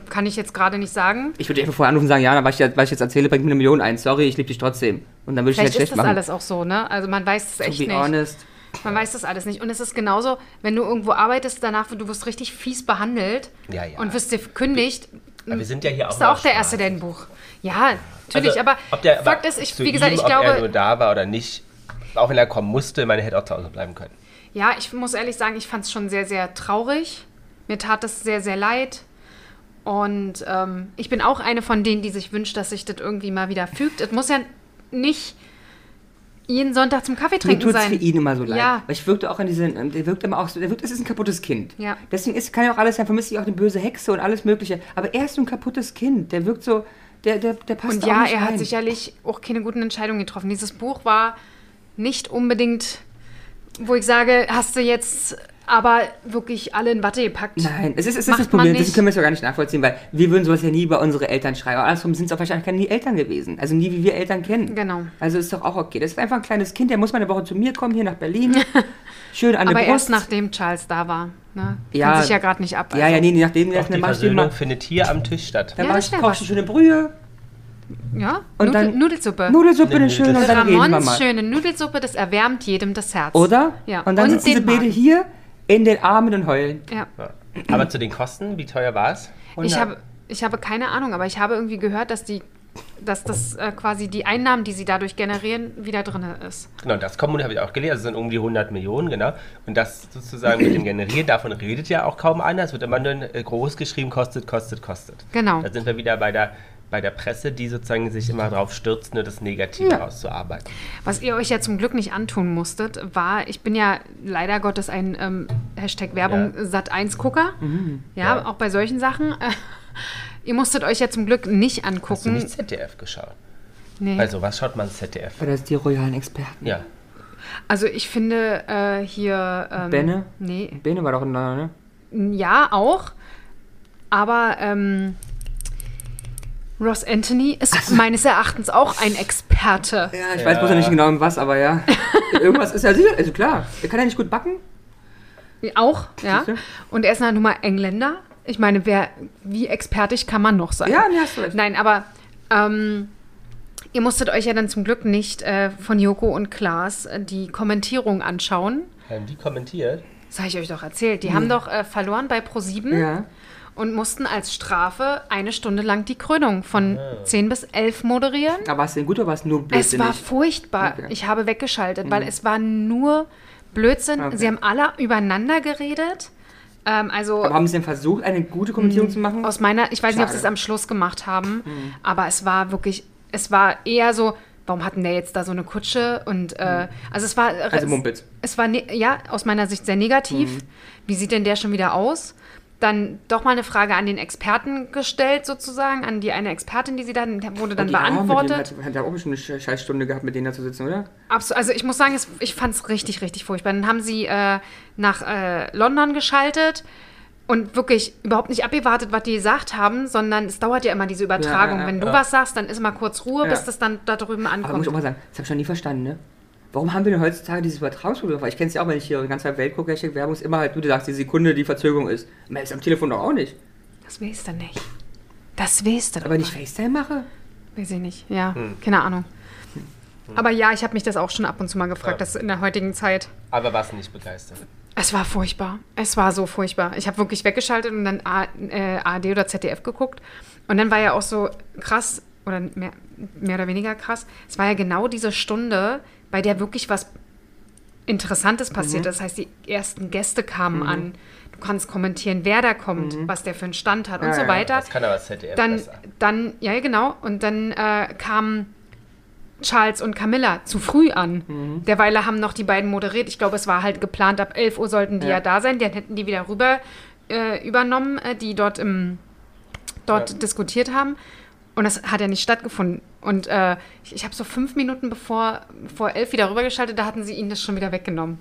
Speaker 1: kann ich jetzt gerade nicht sagen.
Speaker 3: Ich würde einfach vorher anrufen und sagen, Jana, was ich, jetzt- was ich jetzt erzähle, bringt mir eine Million ein. Sorry, ich liebe dich trotzdem. Und dann würde ich es
Speaker 1: Vielleicht
Speaker 3: nicht schlecht
Speaker 1: ist das
Speaker 3: machen.
Speaker 1: alles auch so, ne? Also man weiß es
Speaker 3: To
Speaker 1: echt
Speaker 3: be
Speaker 1: nicht.
Speaker 3: honest.
Speaker 1: Man weiß das alles nicht. Und es ist genauso, wenn du irgendwo arbeitest, danach, du wirst richtig fies behandelt
Speaker 2: Ja, ja.
Speaker 1: und wirst gekündigt.
Speaker 2: Aber wir sind ja hier auch
Speaker 1: Bist du auch
Speaker 2: noch
Speaker 1: der Erste, der ein Buch. Ja, natürlich,
Speaker 2: Also,
Speaker 1: aber
Speaker 2: ob der-
Speaker 1: Fakt
Speaker 2: aber
Speaker 1: ist, ich,
Speaker 2: zu
Speaker 1: wie gesagt,
Speaker 2: ihm,
Speaker 1: ich
Speaker 2: Ob er nur
Speaker 1: glaube,
Speaker 2: da war oder nicht, auch wenn er kommen musste, meine hätte auch zu Hause bleiben können.
Speaker 1: ja, ich muss ehrlich sagen, ich fand es schon sehr, sehr traurig. Mir tat das sehr, sehr leid. Und ähm, ich bin auch eine von denen, die sich wünscht, dass sich das irgendwie mal wieder fügt. Es muss ja nicht jeden Sonntag zum Kaffee
Speaker 3: Mir
Speaker 1: trinken
Speaker 3: tut es
Speaker 1: sein.
Speaker 3: für ihn immer so leid.
Speaker 1: Ja.
Speaker 3: Weil ich wirkte auch in diesen, ähm, der wirkt immer auch so, der wirkt, es ist ein kaputtes Kind.
Speaker 1: Ja.
Speaker 3: Deswegen ist, kann ja auch alles sein, vermisst ich auch eine böse Hexe und alles mögliche. Aber er ist so ein kaputtes Kind, der wirkt so, der, der, der passt
Speaker 1: Und
Speaker 3: da auch
Speaker 1: ja,
Speaker 3: nicht
Speaker 1: er
Speaker 3: rein.
Speaker 1: hat sicherlich auch keine guten Entscheidungen getroffen. Dieses Buch war nicht unbedingt, wo ich sage, hast du jetzt aber wirklich alle in Watte gepackt.
Speaker 3: Nein, es ist, es ist
Speaker 1: Macht
Speaker 3: das
Speaker 1: man
Speaker 3: Problem, das
Speaker 1: nicht.
Speaker 3: können wir es ja gar nicht nachvollziehen, weil wir würden sowas ja nie bei unsere Eltern schreiben. Aber andersrum sind es auch wahrscheinlich keine Eltern gewesen. Also nie, wie wir Eltern kennen.
Speaker 1: Genau.
Speaker 3: Also ist doch auch okay. Das ist einfach ein kleines Kind, der muss mal eine Woche zu mir kommen, hier
Speaker 1: <laughs>
Speaker 3: nach Berlin. Schön an der
Speaker 1: Aber erst
Speaker 3: Brust.
Speaker 1: nachdem Charles da war. Ne?
Speaker 3: Ja.
Speaker 1: Kann sich ja gerade nicht ab. Also,
Speaker 3: ja, ja, nee, nachdem
Speaker 2: Auch
Speaker 3: der
Speaker 2: die
Speaker 3: mache ich den mal.
Speaker 2: Versöhnung findet hier am Tisch statt.
Speaker 3: Dann
Speaker 1: Ja,
Speaker 3: mach
Speaker 1: das
Speaker 3: ich,
Speaker 1: wär
Speaker 3: koch ich
Speaker 1: was.
Speaker 3: eine schöne Brühe.
Speaker 1: ja?
Speaker 3: Und
Speaker 1: Nudel,
Speaker 3: dann-
Speaker 1: Nudelsuppe.
Speaker 3: Nudelsuppe, eine
Speaker 2: Eine
Speaker 3: schöne und dann reden wir
Speaker 1: Ramons
Speaker 3: mal.
Speaker 1: schöne Nudelsuppe, das erwärmt jedem das Herz.
Speaker 3: Oder?
Speaker 1: Ja.
Speaker 3: Und dann sitzen sie
Speaker 1: den
Speaker 3: beide
Speaker 1: Magen.
Speaker 3: hier in den Armen und heulen.
Speaker 1: Ja.
Speaker 2: Ja. Aber zu den Kosten, wie teuer war es?
Speaker 1: Ich,
Speaker 3: Wunder-
Speaker 1: habe, ich habe keine Ahnung, aber ich habe irgendwie gehört, dass die dass das äh, quasi die Einnahmen, die sie dadurch generieren, wieder drin ist.
Speaker 2: Genau, das Kommun habe ich auch gelesen, das sind um die 100 Millionen, genau. Und das sozusagen mit dem Generieren, davon redet ja auch kaum einer. Es wird immer nur äh, groß geschrieben, kostet, kostet, kostet.
Speaker 1: Genau.
Speaker 2: Da sind wir wieder bei der, bei der Presse, die sozusagen sich immer drauf stürzt, nur das Negative
Speaker 3: Ja.
Speaker 2: auszuarbeiten.
Speaker 1: Was ihr euch ja zum Glück nicht antun musstet, war, ich bin ja leider Gottes ein ähm, Hashtag Werbung
Speaker 2: Ja. Mhm.
Speaker 1: Sat1-Gucker. Ja,
Speaker 2: Ja.
Speaker 1: auch bei solchen Sachen. <laughs> ihr musstet euch ja zum Glück nicht
Speaker 2: Hast du
Speaker 1: angucken.
Speaker 2: nicht ZDF geschaut?
Speaker 1: nee. also,
Speaker 2: Also, was schaut man ZDF?
Speaker 3: Oder sind die royalen Experten?
Speaker 2: Ja.
Speaker 1: Also ich finde äh, hier. Ähm,
Speaker 3: Benne?
Speaker 1: Nee.
Speaker 3: Bene war doch in der, ne?
Speaker 1: Ja, auch. Aber ähm, Ross Anthony ist meines Erachtens auch ein
Speaker 2: <laughs>
Speaker 1: Experte.
Speaker 3: Ja, ich weiß bloß noch nicht genau in was, aber <laughs> ja. Irgendwas ist ja sicher, also klar. Er kann ja nicht gut backen.
Speaker 1: Auch, ja.
Speaker 3: Siehste?
Speaker 1: Und er ist halt nun mal Engländer. Ich meine, wer, wie expertig kann man noch sein?
Speaker 3: Ja, nee, hast du recht.
Speaker 1: Nein, aber ähm, ihr musstet euch ja dann zum Glück nicht äh, von Joko und Klaas äh, die Kommentierung anschauen.
Speaker 2: Haben die kommentiert?
Speaker 1: Das habe ich euch doch erzählt. Die haben doch äh, verloren bei ProSieben
Speaker 3: Ja.
Speaker 1: und mussten als Strafe eine Stunde lang die Krönung von 10 bis 11 moderieren.
Speaker 3: Aber war es denn gut oder war es nur
Speaker 1: Es war
Speaker 3: blödsinnig?
Speaker 1: furchtbar.
Speaker 3: Okay. Mhm.
Speaker 1: Ich habe weggeschaltet, weil es war nur Blödsinn.
Speaker 3: Okay.
Speaker 1: Sie haben alle übereinander geredet. Ähm, also
Speaker 3: Aber haben sie denn versucht, eine gute Kommentierung zu machen?
Speaker 1: aus meiner, ich weiß nicht, ob
Speaker 3: Schade. Hm.
Speaker 1: sie es am Schluss gemacht haben, aber es war wirklich, es war eher so, warum hatten der jetzt da so eine Kutsche? Und äh, also es war
Speaker 3: Also Mumpitz. Hm.
Speaker 1: es war ne ja aus meiner Sicht sehr negativ. Wie sieht denn der schon wieder aus? Dann doch mal eine Frage an den Experten gestellt, sozusagen, an die eine Expertin, die sie dann wurde dann
Speaker 3: Und Oh, die
Speaker 1: beantwortet.
Speaker 3: Arme, mit dem hat, hat er auch bestimmt eine Sch- Scheißstunde gehabt, mit denen da zu sitzen, oder?
Speaker 1: Absolut, also ich muss sagen, es, ich fand es richtig, richtig furchtbar. Dann haben sie äh, nach äh, London geschaltet und wirklich überhaupt nicht abgewartet, was die gesagt haben, sondern es dauert ja immer diese Übertragung.
Speaker 3: ja,
Speaker 1: Wenn du
Speaker 2: ja.
Speaker 1: was sagst, dann ist mal kurz Ruhe,
Speaker 3: Ja.
Speaker 1: bis das dann da drüben
Speaker 3: Aber muss
Speaker 1: ankommt.
Speaker 3: ich auch mal sagen, das habe ich schon nie verstanden, ne? Warum haben wir denn heutzutage dieses Übertragungsproblem? Weil ich kenne es ja auch, wenn ich hier die ganze Zeit Welt gucke, Hashtag Werbung ist immer halt, du sagst, die Sekunde, die Verzögerung ist. Man ist am Telefon doch auch nicht.
Speaker 1: das weißt du nicht. Das weißt du
Speaker 3: Aber Hm. wenn
Speaker 1: doch
Speaker 3: ich FaceTime mache,
Speaker 1: mal. Weiß ich nicht, ja, keine Ahnung.
Speaker 3: Hm.
Speaker 1: Aber ja, ich habe mich das auch schon ab und zu mal gefragt,
Speaker 2: Ja.
Speaker 1: dass in der heutigen Zeit
Speaker 2: Aber warst nicht begeistert.
Speaker 1: Es war furchtbar. Es war so furchtbar. Ich habe wirklich weggeschaltet und dann A, äh, ARD oder ZDF geguckt. Und dann war ja auch so krass, oder mehr, mehr oder weniger krass, es war ja genau diese Stunde, bei der wirklich was Interessantes passiert.
Speaker 3: Mhm.
Speaker 1: ist. Das heißt, die ersten Gäste kamen an. Du kannst kommentieren, wer da kommt, was der für einen Stand hat und
Speaker 3: Mhm. Ja,
Speaker 1: so
Speaker 3: ja,
Speaker 1: weiter
Speaker 2: Das kann aber ZDF
Speaker 1: dann,
Speaker 2: besser.
Speaker 1: dann, ja ja, genau, und dann äh, kamen Charles und Camilla zu früh an.
Speaker 2: Mhm.
Speaker 1: Derweil haben noch die beiden moderiert. Ich glaube, es war halt geplant, ab 11 Uhr sollten die ja,
Speaker 3: Ja.
Speaker 1: da sein. Dann hätten die wieder rüber äh, übernommen, äh, die dort, im, dort
Speaker 2: Ja.
Speaker 1: diskutiert haben. Und das hat ja nicht stattgefunden. Und äh, ich, ich habe so fünf Minuten bevor, bevor elf wieder rübergeschaltet, da hatten sie ihnen das schon wieder weggenommen.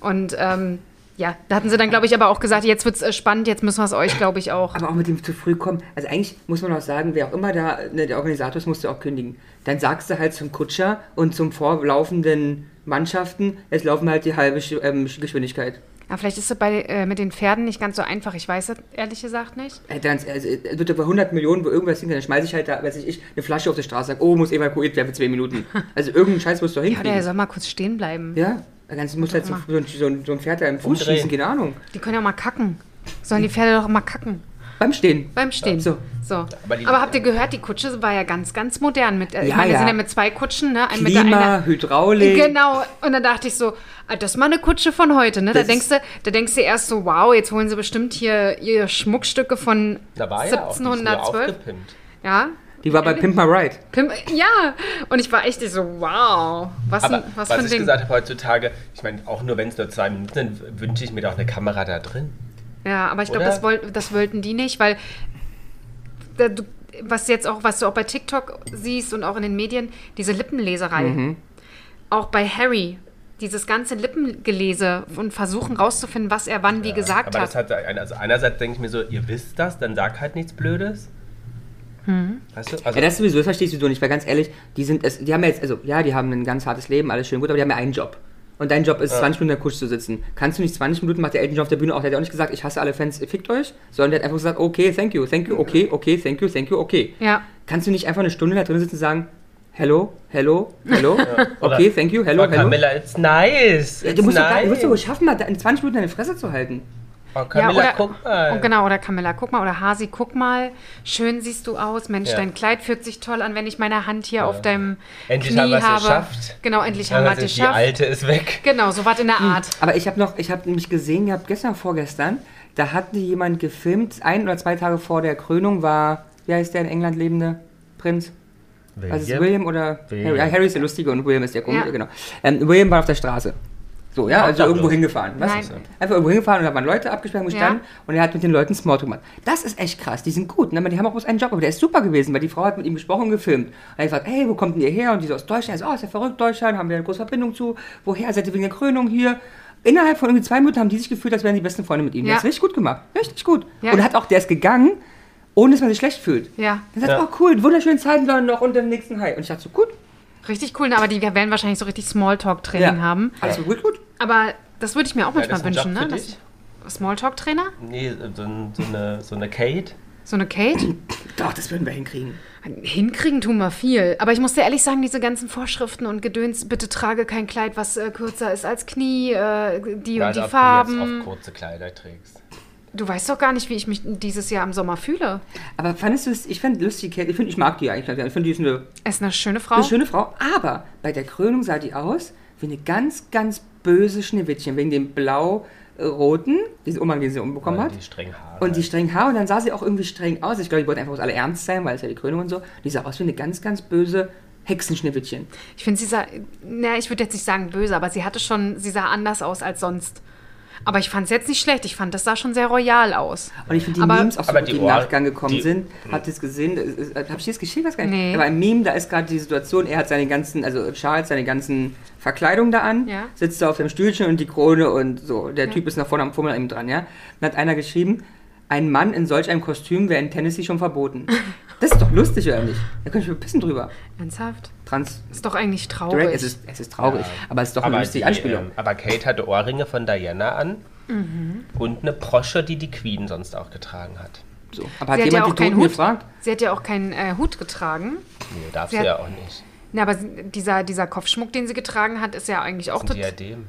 Speaker 1: Und ähm, ja, da hatten sie dann, glaube ich, aber auch gesagt, jetzt wird es äh, spannend, jetzt müssen wir es euch, glaube ich, auch.
Speaker 3: aber auch mit dem zu früh kommen. Also eigentlich muss man auch sagen, wer auch immer da, ne, der Organisator ist, musst du auch kündigen. Dann sagst du halt zum Kutscher und zum vorlaufenden Mannschaften, jetzt laufen halt die halbe Sch- ähm, Geschwindigkeit.
Speaker 1: Ja, vielleicht ist es bei, äh, mit den Pferden nicht ganz so einfach. Ich weiß es ehrlich gesagt nicht.
Speaker 3: Äh, Dann, also, äh, wird bei 100 Millionen, wo irgendwas hinkommt, dann schmeiße ich halt da, weiß ich, ich, eine Flasche auf die Straße, sag, oh, muss evakuiert werden für zwei
Speaker 1: <laughs>
Speaker 3: Minuten. Also irgendeinen Scheiß musst du
Speaker 1: Ja, der
Speaker 3: hinkriegen.
Speaker 1: soll mal kurz stehen bleiben.
Speaker 3: Ja, ganz muss halt so, so, ein- so, ein- so ein Pferd da im Fuß
Speaker 2: Umdrehen.
Speaker 3: schießen, keine Ahnung.
Speaker 1: Die können ja mal kacken. Sollen die Pferde doch mal kacken.
Speaker 3: Beim Stehen.
Speaker 1: Beim Stehen.
Speaker 3: So.
Speaker 1: so.
Speaker 2: Aber
Speaker 1: Aber,
Speaker 2: die-
Speaker 1: habt ihr gehört, die Kutsche war ja ganz, ganz modern. Mit, äh, ich
Speaker 3: Ja,
Speaker 1: meine, wir
Speaker 3: ja.
Speaker 1: sind ja mit zwei Kutschen, ne? Ein mit der
Speaker 3: Klima,
Speaker 1: einer.
Speaker 3: Hydraulik.
Speaker 1: Genau, und dann dachte ich so, ah, das ist mal eine Kutsche von heute, ne? Da
Speaker 3: Das
Speaker 1: denkst,
Speaker 3: ist-
Speaker 1: du, da denkst du erst so, wow, jetzt holen sie bestimmt hier ihre Schmuckstücke von
Speaker 2: Da war ja auch die ist nur
Speaker 1: 1712.
Speaker 2: aufgepimpt.
Speaker 1: Ja,
Speaker 3: Die war bei Pimp My Ride.
Speaker 1: Pim ja, und ich war echt so, wow, was,
Speaker 2: Aber
Speaker 1: ein, was,
Speaker 2: was,
Speaker 1: für ein
Speaker 2: ich
Speaker 1: Ding.
Speaker 2: gesagt habe heutzutage, ich meine, auch nur wenn es nur zwei Minuten sind, wünsche ich mir doch eine Kamera da drin.
Speaker 1: Ja, aber ich glaube,
Speaker 2: Oder?
Speaker 1: das, woll- das wollten die nicht, weil da, du, was jetzt auch, was du auch bei TikTok siehst und auch in den Medien, diese Lippenleserei.
Speaker 2: Mhm.
Speaker 1: Auch bei Harry, dieses ganze Lippengelese und versuchen rauszufinden, was er wann wie gesagt
Speaker 2: Aber das
Speaker 1: hat.
Speaker 2: hat ein- also einerseits denke ich mir so, ihr wisst das, dann sag halt nichts Blödes.
Speaker 1: Hm.
Speaker 2: Weißt du? Also,
Speaker 3: Ja, das sowieso, das verstehe ich sowieso nicht, weil ganz ehrlich, die sind es, die haben ja jetzt, also ja, die haben ein ganz hartes Leben, alles schön gut, aber die haben ja einen Job. Und dein Job ist, 20 Minuten in der Kutsche zu sitzen. Kannst du nicht 20 Minuten, macht der Elton John auf der Bühne auch, der hat ja auch nicht gesagt, ich hasse alle Fans, fickt euch, sondern der hat einfach gesagt, okay, thank you, thank you, okay, okay, thank you, thank you, okay.
Speaker 1: Ja.
Speaker 3: Kannst du nicht einfach eine Stunde da drin sitzen und sagen, hello, hello, hello, okay,
Speaker 2: Oder-
Speaker 3: thank you, hello,
Speaker 2: oh,
Speaker 3: hello.
Speaker 2: Camilla, it's nice.
Speaker 3: Ja,
Speaker 2: It's
Speaker 3: du musst doch gar- du
Speaker 2: nice.
Speaker 3: musst doch wohl schaffen, mal da in 20 Minuten deine Fresse zu halten.
Speaker 2: oh, Camilla,
Speaker 1: ja, oder,
Speaker 2: guck mal.
Speaker 1: Und genau, oder Camilla, guck mal, oder Hasi, guck mal, schön siehst du aus, Mensch,
Speaker 2: Ja.
Speaker 1: dein Kleid fühlt sich toll an, wenn ich meine Hand hier auf deinem
Speaker 2: Endlich
Speaker 1: Knie
Speaker 2: haben wir's
Speaker 1: habe.
Speaker 2: geschafft.
Speaker 1: Genau, endlich
Speaker 2: Ja,
Speaker 1: haben wir es
Speaker 2: also die Hm.
Speaker 1: geschafft.
Speaker 2: alte ist weg.
Speaker 1: Genau, so was in der Art.
Speaker 3: Aber ich habe noch, ich habe mich gesehen gehabt, gestern, vorgestern, da hatte jemand gefilmt, ein oder zwei Tage vor der Krönung war, wie heißt der in England lebende Prinz? Also ist William oder
Speaker 2: William.
Speaker 3: Harry? Ja, Harry ist der Lustige und William ist der Komische,
Speaker 1: Ja.
Speaker 3: genau. Ähm, William war auf der Straße. So, ja, also
Speaker 2: Obdachlos.
Speaker 3: irgendwo hingefahren. Was?
Speaker 1: Nein.
Speaker 3: Einfach irgendwo hingefahren und da waren Leute abgesperrt, wo ich
Speaker 1: Ja.
Speaker 3: stand und er hat mit den Leuten Smalltalk gemacht. Das ist echt krass, die sind gut, ne? aber die haben auch bloß einen Job, aber der ist super gewesen, weil die Frau hat mit ihm gesprochen und gefilmt. Und er hat gefragt, hey, wo kommt denn ihr her? Und die so aus Deutschland, er so, oh, ist ja verrückt, Deutschland, haben wir eine große Verbindung zu, woher seid ihr wegen der Krönung hier? Innerhalb von irgendwie zwei Minuten haben die sich gefühlt, als wären die besten Freunde mit ihm.
Speaker 1: Ja.
Speaker 3: Das ist richtig gut gemacht, richtig gut.
Speaker 1: Ja.
Speaker 3: Und hat auch, der ist gegangen, ohne dass man sich schlecht fühlt.
Speaker 1: Ja.
Speaker 3: Dann sagt,
Speaker 2: Ja.
Speaker 3: oh cool, wunderschöne Zeiten dann noch und dann nächsten High. Und ich dachte so, gut.
Speaker 1: Richtig cool, ne? aber die werden wahrscheinlich so richtig Smalltalk-Training haben.
Speaker 3: Alles gut, gut.
Speaker 1: Aber das würde ich mir auch
Speaker 2: Ja, das
Speaker 1: manchmal
Speaker 2: ist ein
Speaker 1: wünschen,
Speaker 2: Job
Speaker 1: ne?
Speaker 2: für dich.
Speaker 1: Das- Smalltalk-Trainer?
Speaker 2: Nee, so, ein- so, eine, so eine Kate.
Speaker 1: So eine Kate?
Speaker 3: Doch, das würden wir hinkriegen.
Speaker 1: Hinkriegen tun wir viel. Aber ich muss dir ehrlich sagen, diese ganzen Vorschriften und Gedöns, bitte trage kein Kleid, was äh, kürzer ist als Knie, äh, die und
Speaker 2: als
Speaker 1: die
Speaker 2: ob Du jetzt
Speaker 1: Farben.
Speaker 2: auf kurze Kleider trägst.
Speaker 1: Du weißt doch gar nicht, wie ich mich dieses Jahr im Sommer fühle.
Speaker 3: Aber fandest du es, ich fand lustig, Kate, ich, find, ich mag die eigentlich. Ich finde, die ist eine,
Speaker 1: Es ist eine schöne Frau.
Speaker 3: eine schöne Frau. Aber bei der Krönung sah die aus wie eine ganz, ganz böse Schneewittchen. Wegen dem blau-roten, diesen Umhang, den sie umbekommen
Speaker 2: Weil
Speaker 3: hat.
Speaker 2: Die streng Haare.
Speaker 3: Und die strengen Haare. Und dann sah sie auch irgendwie streng aus. Ich glaube, die wollten einfach aus alle ernst sein, weil es ja die Krönung und so. Die sah aus wie eine ganz, ganz böse Hexenschneewittchen.
Speaker 1: Ich finde, sie sah, na, ich würde jetzt nicht sagen böse, aber sie hatte schon, sie sah anders aus als sonst. Aber ich fand es jetzt nicht schlecht. Ich fand, das sah schon sehr royal aus.
Speaker 3: Und ich finde die
Speaker 1: Aber-
Speaker 3: Memes auch so,
Speaker 2: Aber
Speaker 3: gut,
Speaker 2: die
Speaker 3: die im
Speaker 2: Ohr-
Speaker 3: Nachgang gekommen
Speaker 2: die- hm.
Speaker 3: sind. Habt ihr es gesehen? Äh, Habe ich dir das geschickt? Weiß gar nicht.
Speaker 1: Nee.
Speaker 3: Aber im Meme, da ist gerade die Situation, er hat seine ganzen, also Charles seine ganzen Verkleidungen da an,
Speaker 1: Ja.
Speaker 3: sitzt da auf dem Stühlchen und die Krone und so. Der Typ ist nach vorne am Fummel eben dran, ja? Dann hat einer geschrieben, ein Mann in solch einem Kostüm wäre in Tennessee
Speaker 1: <laughs>
Speaker 3: schon verboten. Das ist doch lustig, oder nicht? Da könnte ich mich pissen drüber.
Speaker 1: Ernsthaft?
Speaker 3: Trans
Speaker 1: Ist doch eigentlich traurig.
Speaker 3: Direct, es ist, es ist traurig, aber es ist doch eine
Speaker 2: Aber, die,
Speaker 3: lustige Anspielung.
Speaker 2: ähm, aber Kate hatte Ohrringe von Diana an
Speaker 1: Mhm.
Speaker 2: und eine Brosche, die die Queen sonst auch getragen hat.
Speaker 3: So. Aber
Speaker 1: sie hat
Speaker 3: hat
Speaker 1: ja
Speaker 3: jemand
Speaker 1: auch
Speaker 3: die
Speaker 1: keinen
Speaker 3: Toten
Speaker 1: Hut.
Speaker 3: gefragt?
Speaker 1: Sie hat ja auch keinen äh, Hut getragen.
Speaker 2: Nee, darf
Speaker 1: Sie
Speaker 2: sie,
Speaker 1: hat-
Speaker 2: ja auch nicht.
Speaker 1: Na, aber sie- dieser, dieser Kopfschmuck, den sie getragen hat, ist ja eigentlich auch
Speaker 2: Ein
Speaker 1: total.
Speaker 2: Diadem.